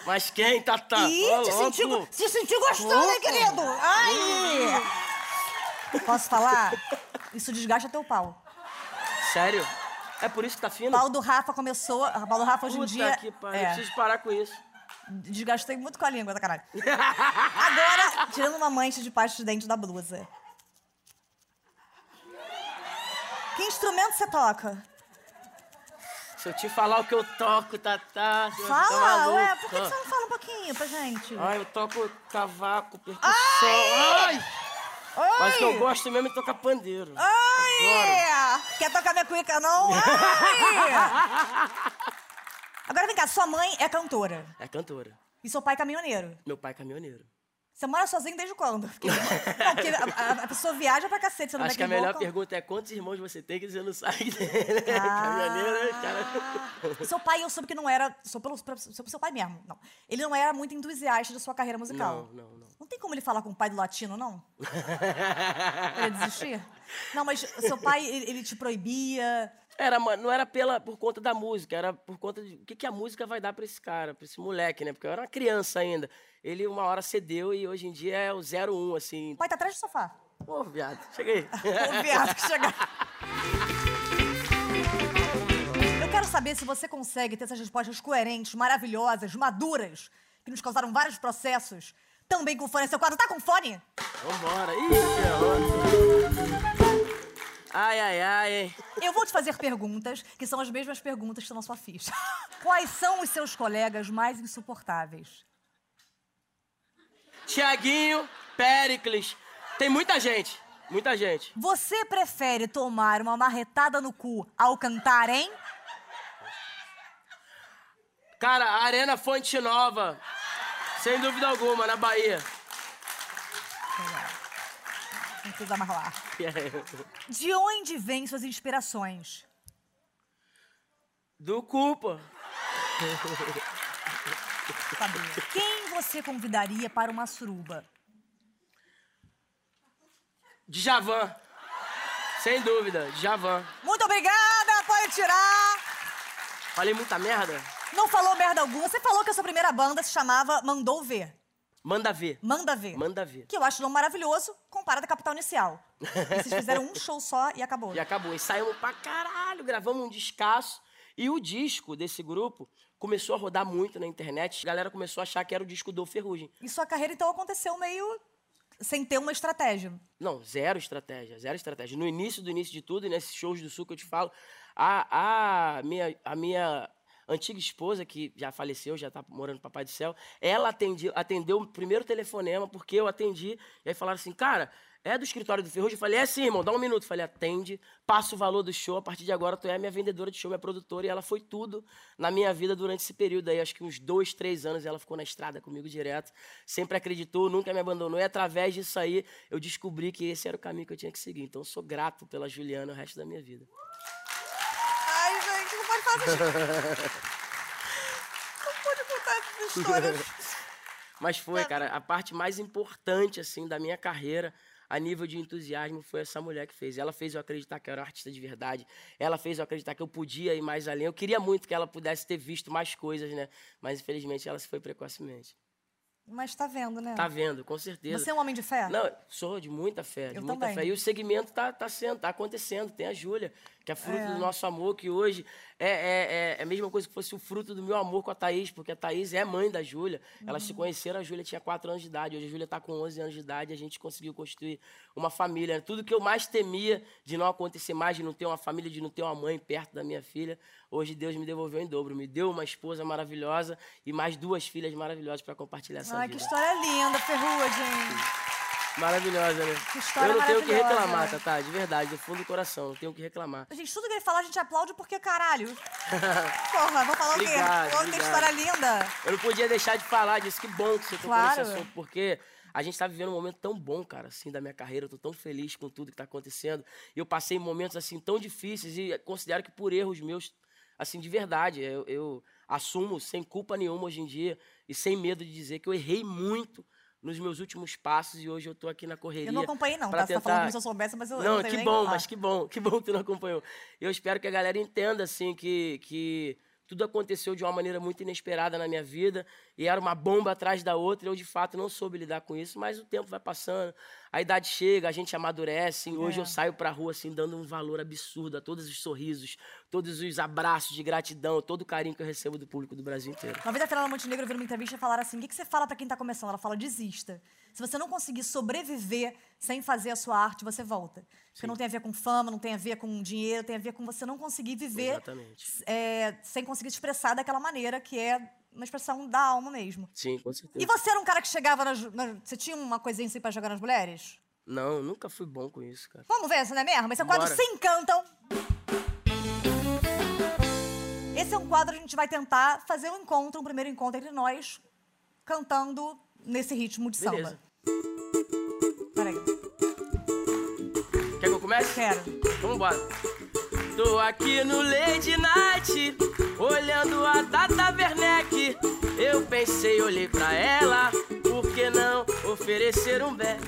Speaker 2: Mas quem, Tatá? Ó,
Speaker 1: Ih, te senti,
Speaker 2: Tá, louco.
Speaker 1: te senti gostando, hein, querido? Ai!
Speaker 2: Hum.
Speaker 1: Posso falar? Isso desgasta teu pau.
Speaker 2: Sério? É por isso que tá fino?
Speaker 1: O pau do Rafa começou. O pau do Rafa hoje em
Speaker 2: Puta
Speaker 1: dia.
Speaker 2: que pariu,
Speaker 1: é,
Speaker 2: preciso parar com isso.
Speaker 1: desgastei muito com a língua, tá caralho. Agora, tirando uma mancha de pasta de dente da blusa. Que instrumento você toca?
Speaker 2: Se eu te falar o que eu toco, Tatá... você vai ficar
Speaker 1: Fala, tá ué,
Speaker 2: maluca.
Speaker 1: por que que você não fala um pouquinho pra gente?
Speaker 2: Ai, eu toco cavaco, percussão. Ai!
Speaker 1: Oi!
Speaker 2: Mas o que eu gosto mesmo é tocar pandeiro.
Speaker 1: Ai! Quer tocar minha cuica, não? Ai! Agora vem cá, sua mãe é cantora
Speaker 2: É cantora.
Speaker 1: e seu pai é caminhoneiro.
Speaker 2: Meu pai é caminhoneiro.
Speaker 1: Você mora sozinho desde quando? Porque, não, porque a, a- a pessoa viaja pra cacete, você não
Speaker 2: Acho que
Speaker 1: vai
Speaker 2: a melhor
Speaker 1: com-
Speaker 2: pergunta é quantos irmãos você tem que você não sabe dele. Caminhoneiro, né, cara.
Speaker 1: Ah, Seu pai, eu soube que não era. Sou pelo, pra- sou pro seu pai mesmo, não. Ele não era muito entusiasta da sua carreira musical.
Speaker 2: Não, não, não.
Speaker 1: Não tem como ele falar com o pai do latino, não? Ele ia desistir? Não, mas seu pai, ele, ele te proibia.
Speaker 2: Era, mano, não era pela, por conta da música, era por conta de o que, que a música vai dar pra esse cara, pra esse moleque, né? Porque eu era uma criança ainda. Ele uma hora cedeu e hoje em dia é o 01, assim.
Speaker 1: O pai tá atrás do sofá.
Speaker 2: Ô, viado, cheguei.
Speaker 1: O viado que chegar. Eu quero saber se você consegue ter essas respostas coerentes, maravilhosas, maduras, que nos causaram vários processos. Também com fone. Seu quadro tá com fone?
Speaker 2: Vambora. Ih, ferrou. Ai, ai, ai, hein?
Speaker 1: Eu vou te fazer perguntas que são as mesmas perguntas que estão na sua ficha. Quais são os seus colegas mais insuportáveis?
Speaker 2: Tiaguinho, Péricles. Tem muita gente. Muita gente.
Speaker 1: Você prefere tomar uma marretada no cu ao cantar, hein?
Speaker 2: Cara, a Arena Fonte Nova. Sem dúvida alguma, na Bahia.
Speaker 1: Não precisa mais lá. De onde vêm suas inspirações?
Speaker 2: Do culpa.
Speaker 1: Sabia. Quem você convidaria para uma suruba?
Speaker 2: Djavan. Sem dúvida, Djavan.
Speaker 1: Muito obrigada, pode tirar.
Speaker 2: Falei muita merda?
Speaker 1: Não falou merda alguma. Você falou que a sua primeira banda se chamava Mandou Ver.
Speaker 2: Manda ver.
Speaker 1: Manda ver.
Speaker 2: Manda ver.
Speaker 1: Que eu acho o nome maravilhoso, comparado à Capital Inicial. E vocês fizeram um show só e acabou.
Speaker 2: E acabou. E saímos pra caralho, gravamos um descasso. E o disco desse grupo começou a rodar muito na internet. A galera começou a achar que era o disco do Ferrugem.
Speaker 1: E sua carreira, então, aconteceu meio sem ter uma estratégia.
Speaker 2: Não, zero estratégia, zero estratégia. No início do início de tudo, e nesses shows do Sul que eu te falo, a, a, minha, a minha antiga esposa, que já faleceu, já tá morando no Papai do Céu, ela atendi, atendeu o primeiro telefonema, porque eu atendi, e aí falaram assim, cara, é do escritório do Ferrugem? Eu falei, é sim, irmão, dá um minuto. Eu falei, atende, passa o valor do show, a partir de agora tu é a minha vendedora de show, minha produtora, e ela foi tudo na minha vida durante esse período aí, acho que uns dois, três anos, ela ficou na estrada comigo direto, sempre acreditou, nunca me abandonou, e através disso aí, eu descobri que esse era o caminho que eu tinha que seguir. Então, eu sou grato pela Juliana o resto da minha vida.
Speaker 1: Ai, gente, não pode fazer. não pode contar essas histórias.
Speaker 2: Mas foi, cara, a parte mais importante, assim, da minha carreira, a nível de entusiasmo, foi essa mulher que fez. Ela fez eu acreditar que eu era um artista de verdade. Ela fez eu acreditar que eu podia ir mais além. Eu queria muito que ela pudesse ter visto mais coisas, né? Mas, infelizmente, ela se foi precocemente.
Speaker 1: Mas tá vendo, né?
Speaker 2: Tá vendo, com certeza.
Speaker 1: Você é um homem de fé?
Speaker 2: Não, sou de muita fé, de
Speaker 1: Eu
Speaker 2: muita
Speaker 1: também.
Speaker 2: fé. E o segmento tá, tá sendo, tá acontecendo. Tem a Júlia, que é fruto do nosso amor, que hoje é, é, é- é a mesma coisa que fosse o fruto do meu amor com a Thaís, porque a Thaís é mãe da Júlia. Elas
Speaker 1: Uhum.
Speaker 2: se conheceram, a Júlia tinha 4 anos de idade. Hoje a Júlia tá com 11 anos de idade, a gente conseguiu construir uma família. É Tudo que eu mais temia de não acontecer mais, de não ter uma família, de não ter uma mãe perto da minha filha, hoje Deus me devolveu em dobro. Me deu uma esposa maravilhosa e mais duas filhas maravilhosas para compartilhar essa
Speaker 1: Ai,
Speaker 2: vida.
Speaker 1: que história linda, Ferrugem.
Speaker 2: Maravilhosa, né?
Speaker 1: Que história
Speaker 2: eu não tenho o que
Speaker 1: maravilhosa. né?
Speaker 2: reclamar, Tatá, de verdade, do fundo do coração, não tenho o que reclamar.
Speaker 1: Gente, tudo que ele falar, a gente aplaude porque, caralho. Porra, vou falar o
Speaker 2: Obrigado,
Speaker 1: quê? Logo tem
Speaker 2: obrigado.
Speaker 1: história linda.
Speaker 2: Eu não podia deixar de falar disso, que bom que você tocou
Speaker 1: Claro.
Speaker 2: nesse assunto, porque a gente tá vivendo um momento tão bom, cara, assim, da minha carreira, eu tô tão feliz com tudo que tá acontecendo, eu passei momentos, assim, tão difíceis e considero que por erros meus, assim, de verdade, eu, eu assumo sem culpa nenhuma hoje em dia e sem medo de dizer que eu errei muito nos meus últimos passos e hoje eu tô aqui na correria.
Speaker 1: Eu não acompanhei, não,
Speaker 2: pra
Speaker 1: tá? Você tá falando
Speaker 2: tentar-
Speaker 1: como se eu soubesse, mas eu eu
Speaker 2: Não,
Speaker 1: tenho
Speaker 2: que
Speaker 1: nem-
Speaker 2: bom,
Speaker 1: Ah.
Speaker 2: mas que bom, que bom que tu não acompanhou. Eu espero que a galera entenda, assim, que, que tudo aconteceu de uma maneira muito inesperada na minha vida e era uma bomba atrás da outra e eu, de fato, não soube lidar com isso, mas o tempo vai passando, a idade chega, a gente amadurece. e
Speaker 1: É.
Speaker 2: Hoje eu saio pra rua, assim, dando um valor absurdo a todos os sorrisos, todos os abraços de gratidão, todo o carinho que eu recebo do público do Brasil inteiro.
Speaker 1: Uma vez a Fernanda Montenegro viu numa entrevista e falaram assim: o que, que você fala pra quem tá começando? Ela fala: desista. Se você não conseguir sobreviver sem fazer a sua arte, você volta. Porque não tem a ver com fama, não tem a ver com dinheiro, tem a ver com você não conseguir viver
Speaker 2: Exatamente.
Speaker 1: é, sem conseguir se expressar daquela maneira que é uma expressão da alma mesmo.
Speaker 2: Sim, com certeza.
Speaker 1: E você era um cara que chegava na, ju- na- Você tinha uma coisinha assim pra jogar nas mulheres?
Speaker 2: Não, nunca fui bom com isso, cara.
Speaker 1: Vamos ver, se não é mesmo? Esse é o quadro
Speaker 2: Bora.
Speaker 1: Se Encantam. Esse é um quadro que a gente vai tentar fazer um encontro, um primeiro encontro entre nós, cantando nesse ritmo de
Speaker 2: Beleza.
Speaker 1: samba. Peraí,
Speaker 2: Quer que eu comece?
Speaker 1: quero.
Speaker 2: Vambora. Tô aqui no Lady Night, olhando a Tata Werneck. Eu pensei, olhei pra ela, por que não oferecer um beck?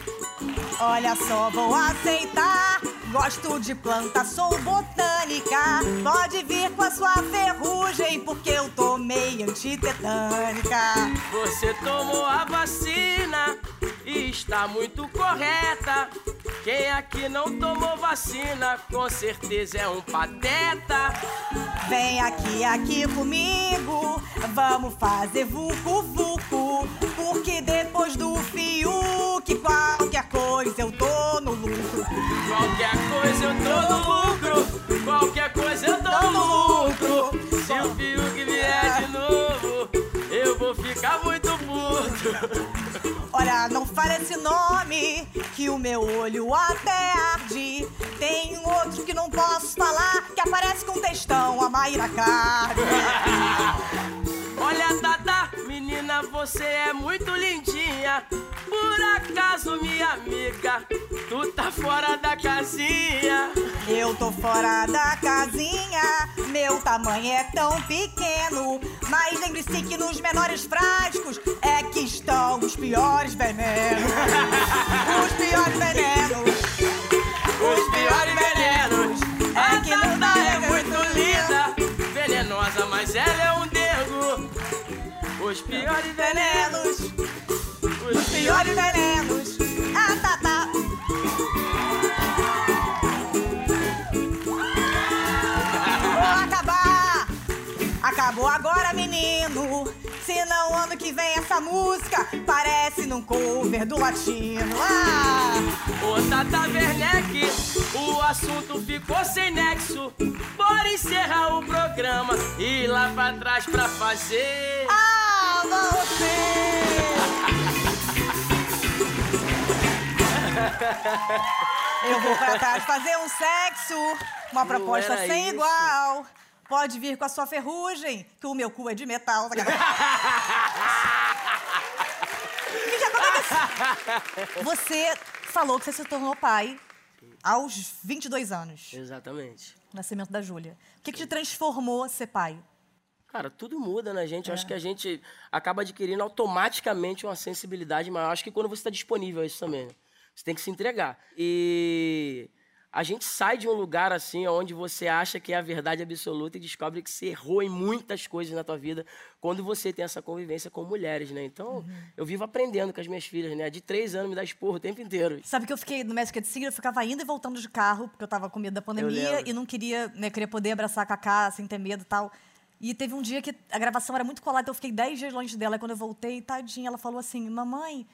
Speaker 1: Olha só, vou aceitar. Gosto de planta, sou botânica. Pode vir com a sua ferrugem, porque eu tomei antitetânica.
Speaker 2: Você tomou a vacina e está muito correta. Quem aqui não tomou vacina, com certeza é um pateta.
Speaker 1: Vem aqui, aqui comigo, vamos fazer vucu vucu, porque depois do Fiuk qualquer coisa eu tô no lucro.
Speaker 2: Qualquer coisa eu tô no lucro, qualquer coisa eu tô no lucro. Se o Fiuk vier de novo, eu vou ficar muito puto.
Speaker 1: Olha, não fale esse nome, que o meu olho até arde. Tem um outro que não posso falar, que aparece com textão, a Mayra Card.
Speaker 2: Olha, Tata, menina, você é muito lindinha. Por acaso, minha amiga, tu tá fora da casinha.
Speaker 1: Eu tô fora da casinha, meu tamanho é tão pequeno. Mas lembre-se que nos menores frascos é que estão os piores venenos. Os piores venenos.
Speaker 2: Os piores venenos. A
Speaker 1: É que não dá,
Speaker 2: Tata é muito linda, venenosa, mas ela é um dengo. Os piores venenos.
Speaker 1: Venenos.
Speaker 2: Os
Speaker 1: Ah, tá, que vem essa música parece num cover do latino. Ah!
Speaker 2: Ô Tata Werneck, o assunto ficou sem nexo. Bora encerrar o programa e ir lá pra trás pra fazer.
Speaker 1: Ah, você! Eu vou pra trás fazer um sexo, uma proposta
Speaker 2: era
Speaker 1: sem
Speaker 2: isso.
Speaker 1: igual. Pode vir com a sua ferrugem, que o meu cu é de metal. que já aconteceu. Você falou que você se tornou pai aos 22 anos,
Speaker 2: Exatamente.
Speaker 1: nascimento da Júlia. O que, que te transformou ser pai?
Speaker 2: Cara, tudo muda na gente. Eu
Speaker 1: É.
Speaker 2: acho que a gente acaba adquirindo automaticamente uma sensibilidade maior. Acho que quando você está disponível a isso também. né? Você tem que se entregar. E a gente sai de um lugar assim, onde você acha que é a verdade absoluta e descobre que você errou em muitas coisas na tua vida quando você tem essa convivência com mulheres, né? Então,
Speaker 1: Uhum.
Speaker 2: eu vivo aprendendo com as minhas filhas, né? De três anos me dá esporro o tempo inteiro.
Speaker 1: Sabe que eu fiquei no Magic at Sea, eu ficava indo e voltando de carro, porque eu tava com medo da pandemia
Speaker 2: lembro.
Speaker 1: e não queria, né, queria poder abraçar a Cacá sem ter medo e tal. E teve um dia que a gravação era muito colada, então eu fiquei 10 dias longe dela. E quando eu voltei, tadinha, ela falou assim: Mamãe,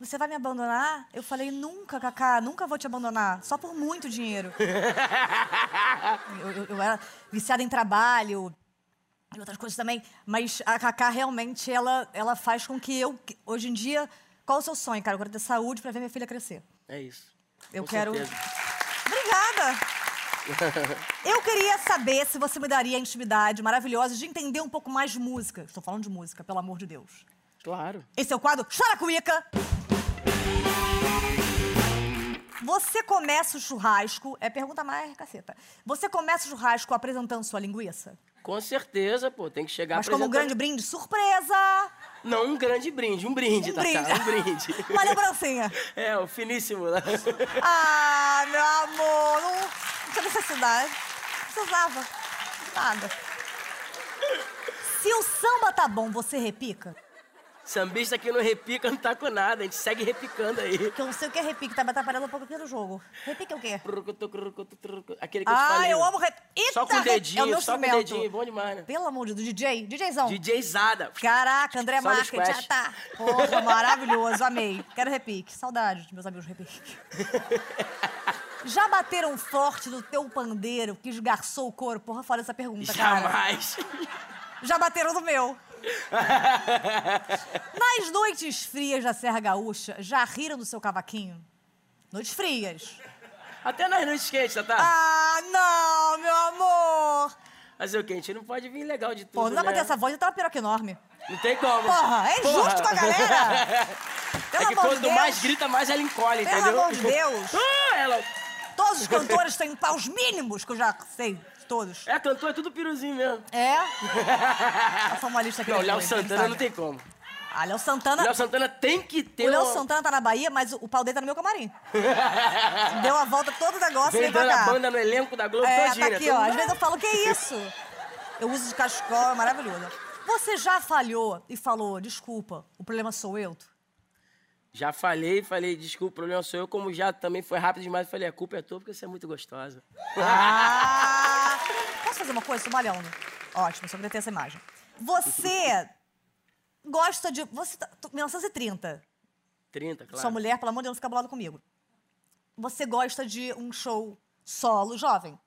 Speaker 1: você vai me abandonar? Eu falei: Nunca, Cacá, nunca vou te abandonar, só por muito dinheiro. eu, eu- eu era viciada em trabalho e outras coisas também, mas a Cacá realmente ela, ela faz com que eu, que- hoje em dia, qual o seu sonho, cara? Eu quero ter saúde pra ver minha filha crescer.
Speaker 2: É isso.
Speaker 1: Eu
Speaker 2: Com
Speaker 1: quero.
Speaker 2: certeza.
Speaker 1: Obrigada! Eu queria saber se você me daria a intimidade maravilhosa de entender um pouco mais de música. Estou falando de música, pelo amor de Deus.
Speaker 2: Claro.
Speaker 1: Esse é o quadro Chora Cuica. Você começa o churrasco. É pergunta mais caceta. Você começa o churrasco apresentando sua linguiça?
Speaker 2: Com certeza, pô. Tem que chegar
Speaker 1: Mas como um
Speaker 2: apresentando-
Speaker 1: grande brinde, surpresa!
Speaker 2: Não, um grande brinde, um brinde,
Speaker 1: Um
Speaker 2: Tatá,
Speaker 1: brinde.
Speaker 2: um brinde.
Speaker 1: Uma lembrancinha.
Speaker 2: É, o finíssimo, né?
Speaker 1: Ah, meu amor, não, não tinha necessidade. Não precisava. Nada. Se o samba tá bom, você repica?
Speaker 2: Sambista que não repica não tá com nada, a gente segue repicando aí.
Speaker 1: Que eu não sei o que é repique, tá me atrapalhando um pouco aqui no jogo. Repique é o quê?
Speaker 2: Trucutu, crucutu, trucu- Aquele que eu te
Speaker 1: Ah,
Speaker 2: falei.
Speaker 1: eu
Speaker 2: ó.
Speaker 1: amo repique.
Speaker 2: Só com o dedinho,
Speaker 1: é o meu
Speaker 2: só com o
Speaker 1: instrumento.
Speaker 2: dedinho, bom demais, né?
Speaker 1: Pelo amor de Deus, DJ, DJzão.
Speaker 2: DJ Zada.
Speaker 1: Caraca, André
Speaker 2: Só no
Speaker 1: Marques, já
Speaker 2: squash.
Speaker 1: tá. Porra, maravilhoso, amei. Quero repique. Saudade dos meus amigos repique. Já bateram forte no teu pandeiro que esgarçou o couro? Porra, fora é essa pergunta, cara.
Speaker 2: Jamais.
Speaker 1: Já bateram no meu. Nas noites frias da Serra Gaúcha, já riram do seu cavaquinho? Noites frias.
Speaker 2: Até nós não esquece, tá? Tatá.
Speaker 1: Ah, não, meu amor!
Speaker 2: Mas é o que? A gente não pode vir legal de tudo,
Speaker 1: Ah. Pô, não dá pra
Speaker 2: né?
Speaker 1: ter essa voz, eu tenho uma piroca enorme.
Speaker 2: Não tem como.
Speaker 1: Porra, é
Speaker 2: Porra.
Speaker 1: injusto com a galera! Pelo
Speaker 2: É que
Speaker 1: amor de
Speaker 2: quanto
Speaker 1: Deus.
Speaker 2: mais grita, mais ela encolhe,
Speaker 1: Pelo
Speaker 2: entendeu?
Speaker 1: amor de Deus.
Speaker 2: Ah, ela...
Speaker 1: Todos os cantores têm paus mínimos, que eu já sei, todos.
Speaker 2: É, cantor é tudo piruzinho mesmo.
Speaker 1: É? Passar uma lista aqui.
Speaker 2: Não,
Speaker 1: depois,
Speaker 2: Léo
Speaker 1: quem
Speaker 2: Santana
Speaker 1: sabe.
Speaker 2: não tem como.
Speaker 1: Ah, Léo Santana...
Speaker 2: Léo Santana tem um- que ter
Speaker 1: O Léo
Speaker 2: uma-
Speaker 1: Santana tá na Bahia, mas o- o pau dele tá no meu camarim. Deu a volta todo o negócio e
Speaker 2: Vem
Speaker 1: veio pra
Speaker 2: dando
Speaker 1: cá.
Speaker 2: a banda no elenco da Globo
Speaker 1: É,
Speaker 2: todinha,
Speaker 1: tá
Speaker 2: né?
Speaker 1: aqui,
Speaker 2: Todo
Speaker 1: ó.
Speaker 2: mundo-
Speaker 1: Às vezes eu falo, que isso? Eu uso de cachecol, é maravilhoso. Você já falhou e falou, desculpa, o problema sou eu?
Speaker 2: Já falei, falei, desculpa, o problema sou eu, como já também foi rápido demais, eu falei, a culpa é tua porque você é muito gostosa.
Speaker 1: Ah! Posso fazer uma coisa? Estou malhando. Ótimo, só queria ter essa imagem. Você gosta de... Você tá, tô- 1930.
Speaker 2: 30, claro.
Speaker 1: Sua mulher, pelo amor de Deus, não fica bolado comigo. Você gosta de um show solo, jovem?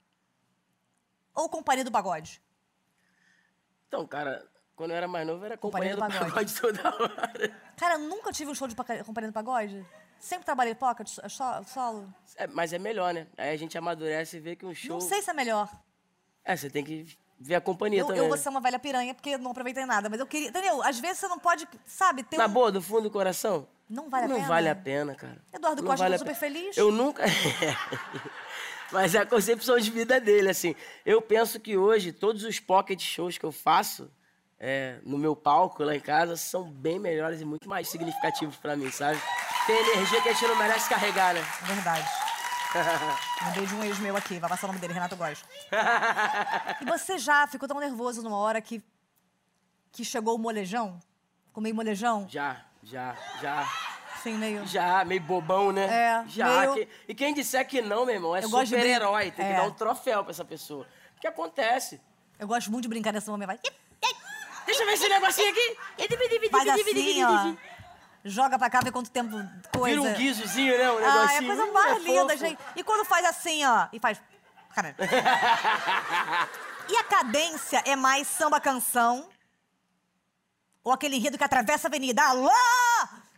Speaker 1: Ou companhia do pagode?
Speaker 2: Então, cara, quando eu era mais novo, eu era
Speaker 1: Companhia
Speaker 2: companhia
Speaker 1: do
Speaker 2: do pagode toda hora.
Speaker 1: Cara, eu nunca tive um show de paca- companhia do pagode. Sempre trabalhei pocket, so- so- solo.
Speaker 2: É, mas é melhor, né? Aí a gente amadurece e vê que um show...
Speaker 1: Não sei se é melhor.
Speaker 2: É, você tem que ver a companhia
Speaker 1: Eu,
Speaker 2: também.
Speaker 1: eu vou
Speaker 2: né?
Speaker 1: ser uma velha piranha porque não aproveitei nada, mas eu queria. Entendeu? Às vezes você não pode, sabe, ter
Speaker 2: Na
Speaker 1: um.
Speaker 2: boa, do fundo do coração?
Speaker 1: Não vale a
Speaker 2: não
Speaker 1: pena?
Speaker 2: vale a pena, cara.
Speaker 1: Eduardo
Speaker 2: Não
Speaker 1: Costa
Speaker 2: vale
Speaker 1: tá
Speaker 2: a
Speaker 1: super
Speaker 2: pena.
Speaker 1: feliz?
Speaker 2: Eu nunca... Mas é a concepção de vida dele, assim. Eu penso que hoje, todos os pocket shows que eu faço é, no meu palco, lá em casa, são bem melhores e muito mais significativos pra mim, sabe? Tem energia que a gente não merece carregar, né?
Speaker 1: Verdade. Lembrei de um ex meu aqui, vai passar o nome dele, Renato Góes. e você já ficou tão nervoso numa hora que. que chegou o molejão? Comei molejão?
Speaker 2: Já, já, já.
Speaker 1: Sem meio.
Speaker 2: Já, meio bobão, né?
Speaker 1: É,
Speaker 2: Já.
Speaker 1: meio-
Speaker 2: que- E quem disser que não, meu irmão, é
Speaker 1: Eu gosto de
Speaker 2: super-herói.
Speaker 1: brin-
Speaker 2: Tem que
Speaker 1: É.
Speaker 2: dar um troféu pra essa pessoa. O que acontece?
Speaker 1: Eu gosto muito de brincar nessa momento. Vai.
Speaker 2: Deixa eu ver esse negocinho aqui.
Speaker 1: Faz assim, ó. Joga pra cá, vê quanto tempo coisa.
Speaker 2: Vira um guizozinho, né? Um
Speaker 1: Ah, é a
Speaker 2: negocinho.
Speaker 1: coisa
Speaker 2: Hum,
Speaker 1: mais
Speaker 2: é
Speaker 1: linda,
Speaker 2: fofo.
Speaker 1: gente. E quando faz assim, ó, e faz. Caralho. e a cadência é mais samba-canção? Ou aquele enredo que atravessa a avenida? Alô!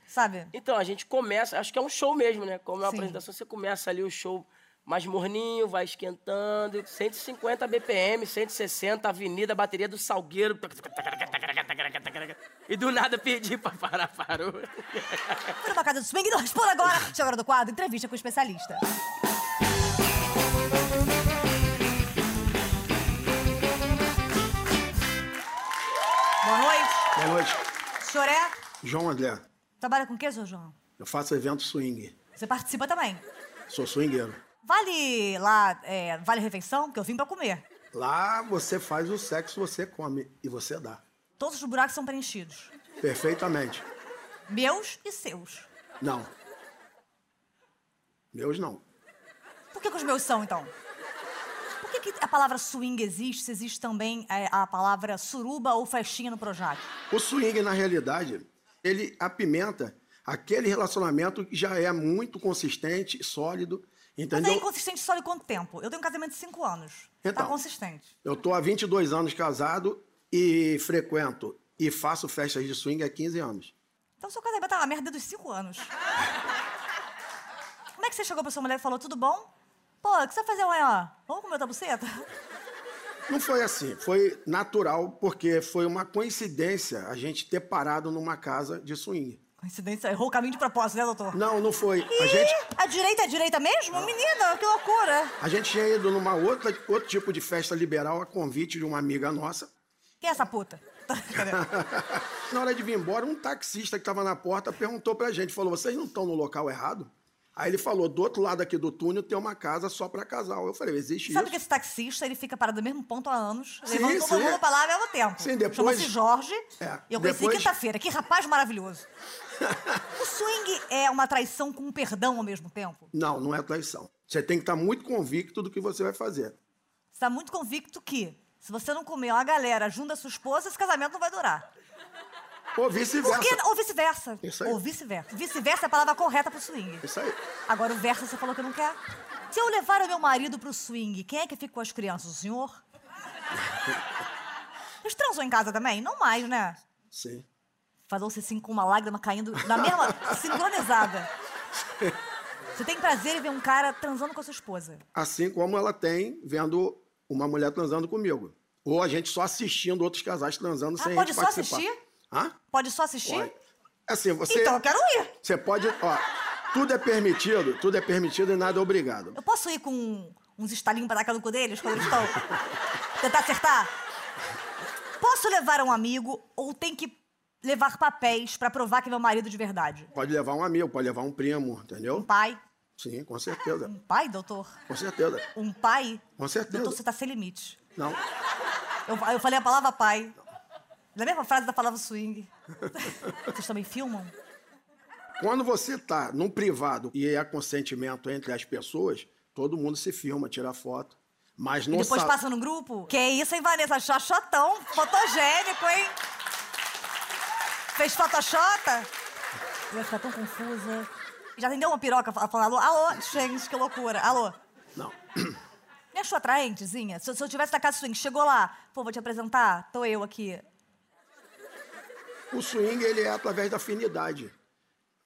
Speaker 1: Sabe?
Speaker 2: Então, a gente começa, acho que é um show mesmo, né? Como é uma
Speaker 1: Sim.
Speaker 2: apresentação, você começa ali o show mais morninho, vai esquentando, 150 BPM, 160, avenida, bateria do Salgueiro. E do nada perdi pra parar, parou.
Speaker 1: Fui numa casa do swing e não respondo agora. Chegou a hora do quadro, entrevista com o especialista. Boa noite.
Speaker 4: Boa noite.
Speaker 1: Choré,
Speaker 4: João André.
Speaker 1: trabalha com o quê, seu João?
Speaker 4: Eu faço evento swing.
Speaker 1: Você participa também.
Speaker 4: Sou swingueiro.
Speaker 1: Vale lá, é, vale refeição? Porque eu vim pra comer.
Speaker 4: Lá você faz o sexo, você come e você dá.
Speaker 1: Todos os buracos são preenchidos.
Speaker 4: Perfeitamente.
Speaker 1: Meus e seus.
Speaker 4: Não. Meus não.
Speaker 1: Por que, que os meus são, então? Por que, que a palavra swing existe? Se existe também é, a palavra suruba ou festinha no Projac?
Speaker 4: O swing, na realidade, ele apimenta aquele relacionamento que já é muito consistente, sólido,
Speaker 1: Mas é
Speaker 4: entendeu?
Speaker 1: inconsistente só de quanto tempo? Eu tenho um casamento de 5 anos. Tá
Speaker 4: Então.
Speaker 1: consistente.
Speaker 4: Eu tô há 22 anos casado e frequento e faço festas de swing há 15 anos.
Speaker 1: Então seu casamento tá uma merda dos 5 anos. Como é que você chegou pra sua mulher e falou, tudo bom? Pô, o que você vai fazer amanhã? Vamos comer outra buceta?
Speaker 4: Não foi assim, foi natural, porque foi uma coincidência a gente ter parado numa casa de swing.
Speaker 1: Coincidência, errou o caminho de propósito, né, doutor?
Speaker 4: Não, não foi. A
Speaker 1: Ih,
Speaker 4: gente,
Speaker 1: a direita é a direita mesmo? Menina, que loucura.
Speaker 4: a gente tinha ido numa outra, outro tipo de festa liberal a convite de uma amiga nossa.
Speaker 1: Quem é essa puta?
Speaker 4: na hora de vir embora, um taxista que estava na porta perguntou pra gente, falou, vocês não estão no local errado? Aí ele falou, do outro lado aqui do túnel tem uma casa só pra casal. Eu falei, existe
Speaker 1: Sabe que
Speaker 4: isso?
Speaker 1: esse taxista, ele fica parado no mesmo ponto há anos,
Speaker 4: Sim,
Speaker 1: levando todo
Speaker 4: sim.
Speaker 1: mundo pra lá ao mesmo tempo.
Speaker 4: Sim, depois-
Speaker 1: Chama-se Jorge,
Speaker 4: É,
Speaker 1: e eu conheci
Speaker 4: depois-
Speaker 1: quinta-feira. Que rapaz maravilhoso. o swing é uma traição com um perdão ao mesmo tempo?
Speaker 4: Não, não é traição. Você tem que estar muito convicto do que você vai fazer.
Speaker 1: Você tá muito convicto que, se você não comer uma galera junto da sua esposa, esse casamento não vai durar.
Speaker 4: Ou
Speaker 1: Por que?
Speaker 4: vice-versa.
Speaker 1: Ou vice-versa.
Speaker 4: Isso aí.
Speaker 1: Ou vice-versa. Vice-versa é a palavra correta pro swing.
Speaker 4: Isso aí.
Speaker 1: Agora o verso você falou que não quer. Se eu levar o meu marido pro swing, quem é que fica com as crianças? O senhor? Eles transam em casa também? Não mais, né?
Speaker 4: Sim.
Speaker 1: Falou-se assim com uma lágrima caindo na mesma. sincronizada. Você tem prazer em ver um cara transando com a sua esposa.
Speaker 4: Assim como ela tem vendo uma mulher transando comigo. Ou a gente só assistindo outros casais transando
Speaker 1: Ah,
Speaker 4: sem
Speaker 1: pode
Speaker 4: a gente
Speaker 1: só
Speaker 4: participar.
Speaker 1: assistir?
Speaker 4: Hã?
Speaker 1: Pode só assistir?
Speaker 4: Pode. Assim, você,
Speaker 1: Então eu quero ir.
Speaker 4: você pode... Ó, tudo é permitido, tudo é permitido e nada é obrigado.
Speaker 1: Eu posso ir com um, uns estalinhos pra tacar no cu deles quando eles estão. Tentar acertar? Posso levar um amigo ou tem que levar papéis pra provar que é meu marido de verdade?
Speaker 4: Pode levar um amigo, pode levar um primo,
Speaker 1: Um
Speaker 4: entendeu?
Speaker 1: pai.
Speaker 4: Sim, com certeza.
Speaker 1: Um pai, doutor?
Speaker 4: Com certeza.
Speaker 1: Um pai?
Speaker 4: Com certeza.
Speaker 1: Doutor, você tá sem limite.
Speaker 4: Não.
Speaker 1: Eu, eu falei a palavra pai. Na mesma frase da palavra swing. Vocês também filmam?
Speaker 4: Quando você tá num privado e há consentimento entre as pessoas, todo mundo se filma, tira foto. Mas
Speaker 1: E
Speaker 4: não
Speaker 1: depois
Speaker 4: sa-
Speaker 1: passa no grupo? Que isso, hein, Vanessa? Xoxotão, fotogênico, hein? Fez fotoxota? Eu ia ficar tão confusa. Já atendeu uma piroca fa- falando alô? Alô, gente, que loucura. Alô?
Speaker 4: Não.
Speaker 1: Me achou atraentezinha? Se, eu- se eu tivesse na casa swing, chegou lá. Pô, vou te apresentar? Tô eu aqui.
Speaker 4: O swing, ele é através da afinidade.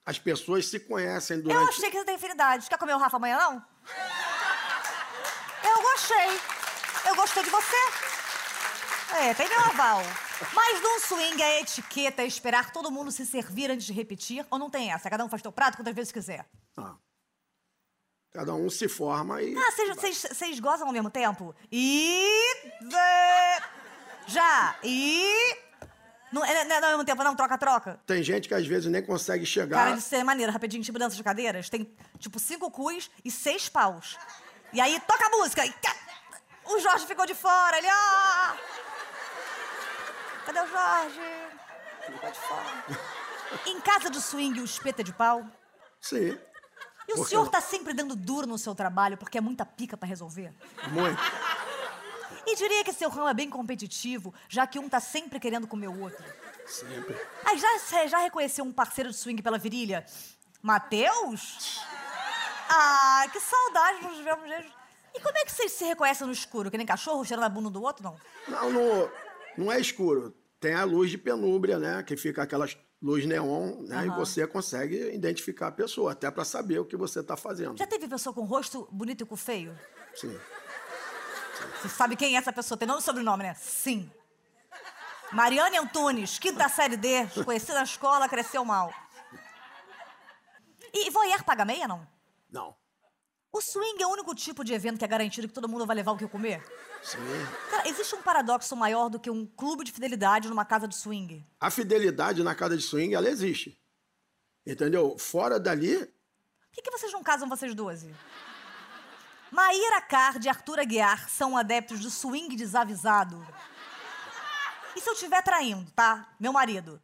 Speaker 4: As pessoas se conhecem durante...
Speaker 1: Eu achei que você tem afinidade. Quer comer o Rafa amanhã, não? Eu gostei. Eu gostei de você. É, tem meu aval. Mas num swing, a etiqueta é esperar todo mundo se servir antes de repetir? Ou não tem essa? Cada um faz teu prato quantas vezes quiser.
Speaker 4: Ah. Cada um se forma e...
Speaker 1: Ah, vocês- vocês vocês gozam ao mesmo tempo? E... é, Já. E... Não é, não é ao mesmo tempo, não? Troca-troca?
Speaker 4: Tem gente que às vezes nem consegue chegar...
Speaker 1: Cara, isso é maneiro, rapidinho, tipo dança de cadeiras. Tem, tipo, cinco cus e seis paus. E aí toca a música. e ca- O Jorge ficou de fora, ele. Ah! Cadê o Jorge? Ficou de fora. Em casa de swing, o espeta de pau.
Speaker 4: Sim,
Speaker 1: E o
Speaker 4: Por que
Speaker 1: senhor
Speaker 4: não?
Speaker 1: tá sempre dando duro no seu trabalho porque é muita pica pra resolver?
Speaker 4: muito.
Speaker 1: E diria que seu ramo é bem competitivo, já que um tá sempre querendo comer o outro.
Speaker 4: Sempre.
Speaker 1: Aí já, cê já reconheceu um parceiro de swing pela virilha? Matheus? Ah, que saudade dos mesmos jeitos. E como é que vocês se reconhecem no escuro? Que nem cachorro cheirando a bunda do outro, não?
Speaker 4: Não, não, não é escuro. Tem a luz de penúmbria, né? Que fica aquelas luz neon, né? E você consegue identificar a pessoa, até pra saber o que você tá fazendo.
Speaker 1: Já teve pessoa com rosto bonito e com feio?
Speaker 4: Sim.
Speaker 1: Você sabe quem é essa pessoa? Tem nome e sobrenome, né? Sim. Mariane Antunes, quinta série D, conhecida na escola, cresceu mal. E voyeur paga meia, não?
Speaker 4: Não.
Speaker 1: O swing é o único tipo de evento que é garantido que todo mundo vai levar o que comer?
Speaker 4: Sim.
Speaker 1: Cara, existe um paradoxo maior do que um clube de fidelidade numa casa de swing.
Speaker 4: A fidelidade na casa de swing, ela existe. Entendeu? Fora dali,
Speaker 1: Por que, que vocês não casam vocês 12? Maíra Card e Arthur Aguiar são adeptos do swing desavisado. E se eu estiver traindo, tá? Meu marido.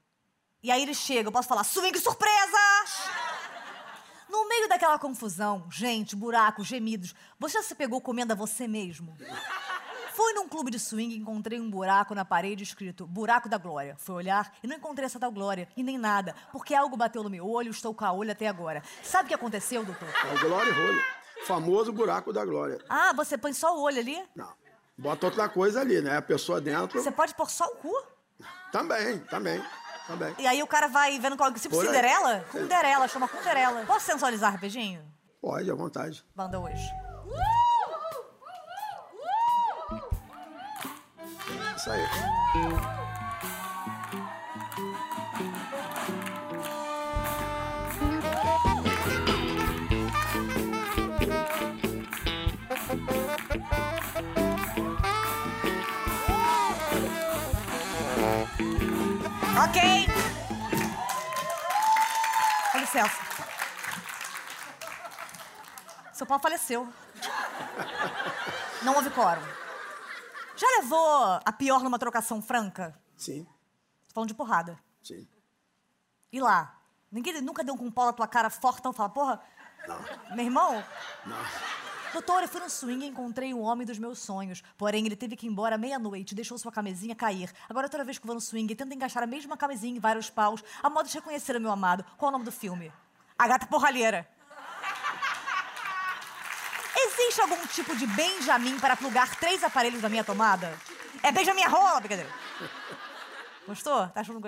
Speaker 1: E aí ele chega, eu posso falar swing surpresa! No meio daquela confusão, gente, buracos, gemidos, você já se pegou comendo a você mesmo? Fui num clube de swing e encontrei um buraco na parede escrito Buraco da Glória. Fui olhar e não encontrei essa tal Glória e nem nada, porque algo bateu no meu olho e estou com a olho até agora. Sabe o que aconteceu, doutor?
Speaker 4: é o Glory Hole. Famoso buraco da glória.
Speaker 1: Ah, você põe só o olho ali?
Speaker 4: Não. Bota outra coisa ali, né? A pessoa dentro.
Speaker 1: Você pode pôr só o cu?
Speaker 4: Também, também, também.
Speaker 1: E aí o cara vai vendo qual. Tipo
Speaker 4: Por aí.
Speaker 1: Cinderela? Cunderela, chama Cunderela. Posso sensualizar rapidinho?
Speaker 4: Pode, à vontade.
Speaker 1: Banda hoje.
Speaker 4: Isso aí.
Speaker 1: Ok! Com licença. Seu pau faleceu. Não houve quórum. Já levou a pior numa trocação franca?
Speaker 4: Sim,
Speaker 1: Tô falando de porrada.
Speaker 4: sim.
Speaker 1: E lá? Ninguém nunca deu com um pau na tua cara fortão e fala, porra,
Speaker 4: Não,
Speaker 1: meu irmão,
Speaker 4: não.
Speaker 1: Doutor, eu fui num swing e encontrei o homem dos meus sonhos. Porém, ele teve que ir embora à meia-noite e deixou sua camisinha cair. Agora, é toda vez que eu vou no swing, tento encaixar a mesma camisinha em vários paus, a modo de reconhecer o meu amado. Qual é o nome do filme? A Gata Porralheira. Existe algum tipo de Benjamin para plugar três aparelhos na minha tomada? É Benjamin a rola, brincadeira. Gostou? Tá, achando...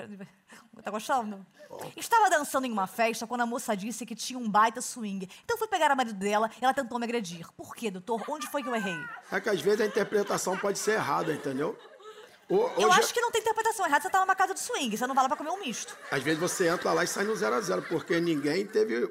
Speaker 1: tá gostando? Estava dançando em uma festa quando a moça disse que tinha um baita swing. Então fui pegar a marido dela e ela tentou me agredir. Por quê, doutor? Onde foi que eu errei?
Speaker 4: É que às vezes a interpretação pode ser errada, entendeu? Ou, ou
Speaker 1: Eu
Speaker 4: já-
Speaker 1: acho que não tem interpretação errada. Você tá numa casa de swing, você não vai lá pra comer um misto.
Speaker 4: Às vezes você entra lá e sai no zero a zero porque ninguém teve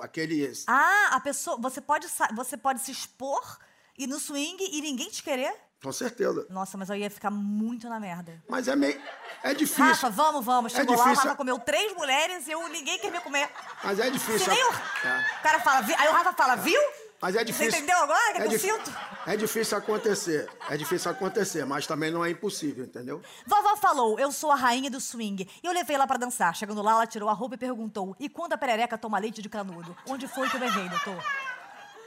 Speaker 4: aquele.
Speaker 1: Ah, a pessoa. Você pode, sa- você pode se expor e no swing e ninguém te querer?
Speaker 4: Com certeza.
Speaker 1: Nossa, mas eu ia ficar muito na merda.
Speaker 4: Mas é meio. É difícil.
Speaker 1: Rafa, vamos, vamos.
Speaker 4: É
Speaker 1: Chegou lá, o
Speaker 4: difícil,
Speaker 1: Rafa
Speaker 4: é-
Speaker 1: comeu três mulheres e eu, ninguém quer me comer.
Speaker 4: Mas é
Speaker 1: Se
Speaker 4: difícil.
Speaker 1: nem o...
Speaker 4: É.
Speaker 1: o cara fala, "Vi-" aí o Rafa fala, viu?
Speaker 4: Mas é difícil.
Speaker 1: Você entendeu agora o que, é que eu
Speaker 4: dif-
Speaker 1: sinto?
Speaker 4: É difícil acontecer. É difícil acontecer, mas também não é impossível, entendeu?
Speaker 1: Vovó falou, eu sou a rainha do swing. E eu levei ela pra dançar. Chegando lá, ela tirou a roupa e perguntou: e quando a perereca toma leite de canudo? Onde foi que eu errei, doutor?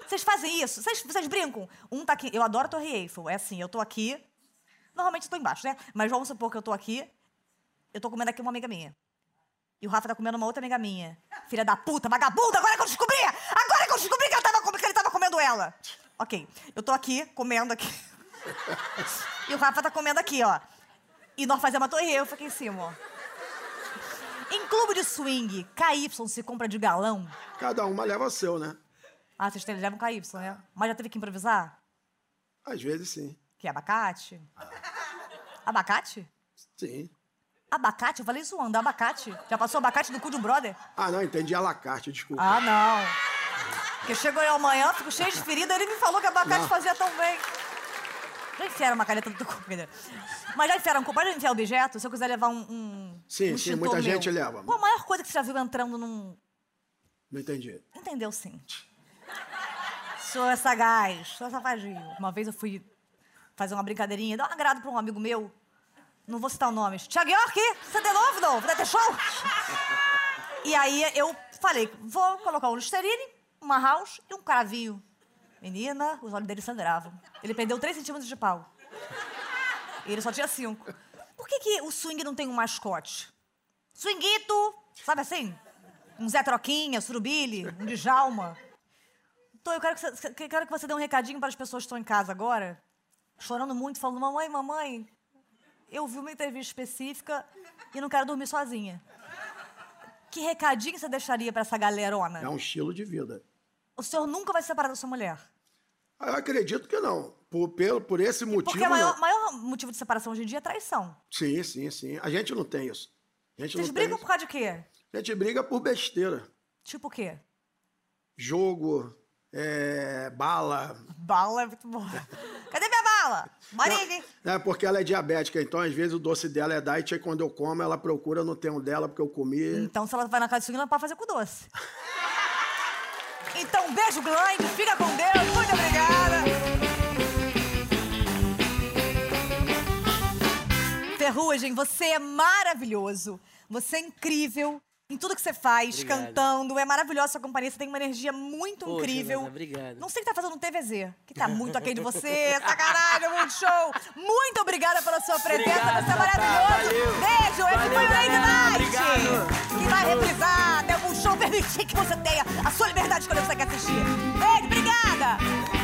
Speaker 1: Vocês fazem isso? Vocês, vocês brincam? Um tá aqui. Eu adoro a Torre Eiffel. É assim, eu tô aqui. Normalmente eu tô embaixo, né? Mas vamos supor que eu tô aqui. Eu tô comendo aqui uma amiga minha. E o Rafa tá comendo uma outra amiga minha. Filha da puta, vagabunda, agora é que eu descobri! Agora é que eu descobri que, ela tava com- que ele tava comendo ela! Ok, eu tô aqui, comendo aqui. E o Rafa tá comendo aqui, ó. E nós fazemos a torre, eu fiquei em cima, ó. Em clube de swing, KY se compra de galão?
Speaker 4: Cada uma leva o seu, né?
Speaker 1: Ah, vocês têm- levam KY, né? Mas já teve que improvisar?
Speaker 4: Às vezes sim.
Speaker 1: Que abacate?
Speaker 4: Ah.
Speaker 1: Abacate?
Speaker 4: Sim.
Speaker 1: Abacate? Eu falei zoando, abacate. Já passou abacate do cu de um brother?
Speaker 4: Ah, não, entendi alacarte, desculpa.
Speaker 1: Ah, não. Porque chegou eu amanhã, fico cheio de ferida, ele me falou que abacate
Speaker 4: Não.
Speaker 1: fazia tão bem. Já enfiaram uma caneta do teu cu, Pedro. Mas já enfiaram, um pode enfiar objeto? Se eu quiser levar um. um
Speaker 4: Sim,
Speaker 1: um
Speaker 4: sim,
Speaker 1: extintor
Speaker 4: muita
Speaker 1: meu.
Speaker 4: gente leva.
Speaker 1: Qual a maior coisa que você já viu entrando num.
Speaker 4: Não entendi.
Speaker 1: Entendeu sim. Sou é sagaz, sou safadinho. Uma vez eu fui fazer uma brincadeirinha, dar um agrado pra um amigo meu. Não vou citar nomes. Tiago York, você é de novo, não? Vai ter show? E aí eu falei, vou colocar um Listerine, uma house e um cravinho. Menina, os olhos dele sangravam. Ele perdeu 3 centímetros de pau. E ele só tinha cinco. Por que, que o swing não tem um mascote? Swinguito, sabe assim? Um Zé Troquinha, Surubili, um Djalma. Então eu quero que você, que- quero que você dê um recadinho para as pessoas que estão em casa agora, chorando muito, falando: Mamãe, mamãe, eu vi uma entrevista específica e não quero dormir sozinha. Que recadinho você deixaria para essa galerona?
Speaker 4: É um estilo de vida.
Speaker 1: O senhor nunca vai se separar da sua mulher.
Speaker 4: Ah, Eu acredito que não. Por, pelo, por esse motivo.
Speaker 1: Porque o
Speaker 4: não.
Speaker 1: maior, maior motivo de separação hoje em dia é traição.
Speaker 4: Sim, sim, sim. A gente não tem isso. A gente
Speaker 1: Vocês
Speaker 4: não tem
Speaker 1: brigam por
Speaker 4: isso.
Speaker 1: causa de quê?
Speaker 4: A gente briga por besteira.
Speaker 1: Tipo o quê?
Speaker 4: Jogo, é, bala.
Speaker 1: Bala é muito boa. Cadê minha bala? Marini!
Speaker 4: É, porque ela é diabética, então às vezes o doce dela é diet, aí quando eu como, ela procura no tenho dela, porque eu comi.
Speaker 1: Então, se ela vai na casa de swing, ela pode fazer com doce. Então, um beijo grande, fica com Deus, muito obrigada. Ferrugem, você é maravilhoso, você é incrível em tudo que você faz,
Speaker 2: Obrigado.
Speaker 1: cantando, é maravilhosa a sua companhia, você tem uma energia muito
Speaker 2: Poxa,
Speaker 1: incrível.
Speaker 2: Nana, obrigado.
Speaker 1: Não sei o que tá fazendo no TVZ, que tá muito aquém de você, sacanagem, muito show. Muito obrigada pela sua presença,
Speaker 2: Obrigado,
Speaker 1: você é
Speaker 2: Tatá,
Speaker 1: maravilhoso.
Speaker 2: valeu.
Speaker 1: Beijo, esse
Speaker 2: Valeu,
Speaker 1: foi o Lady
Speaker 2: galera,
Speaker 1: Night.
Speaker 2: obrigado.
Speaker 1: Que vai reprisar, né? O show permitir que você tenha a sua liberdade quando você quer assistir. Beijo, obrigada.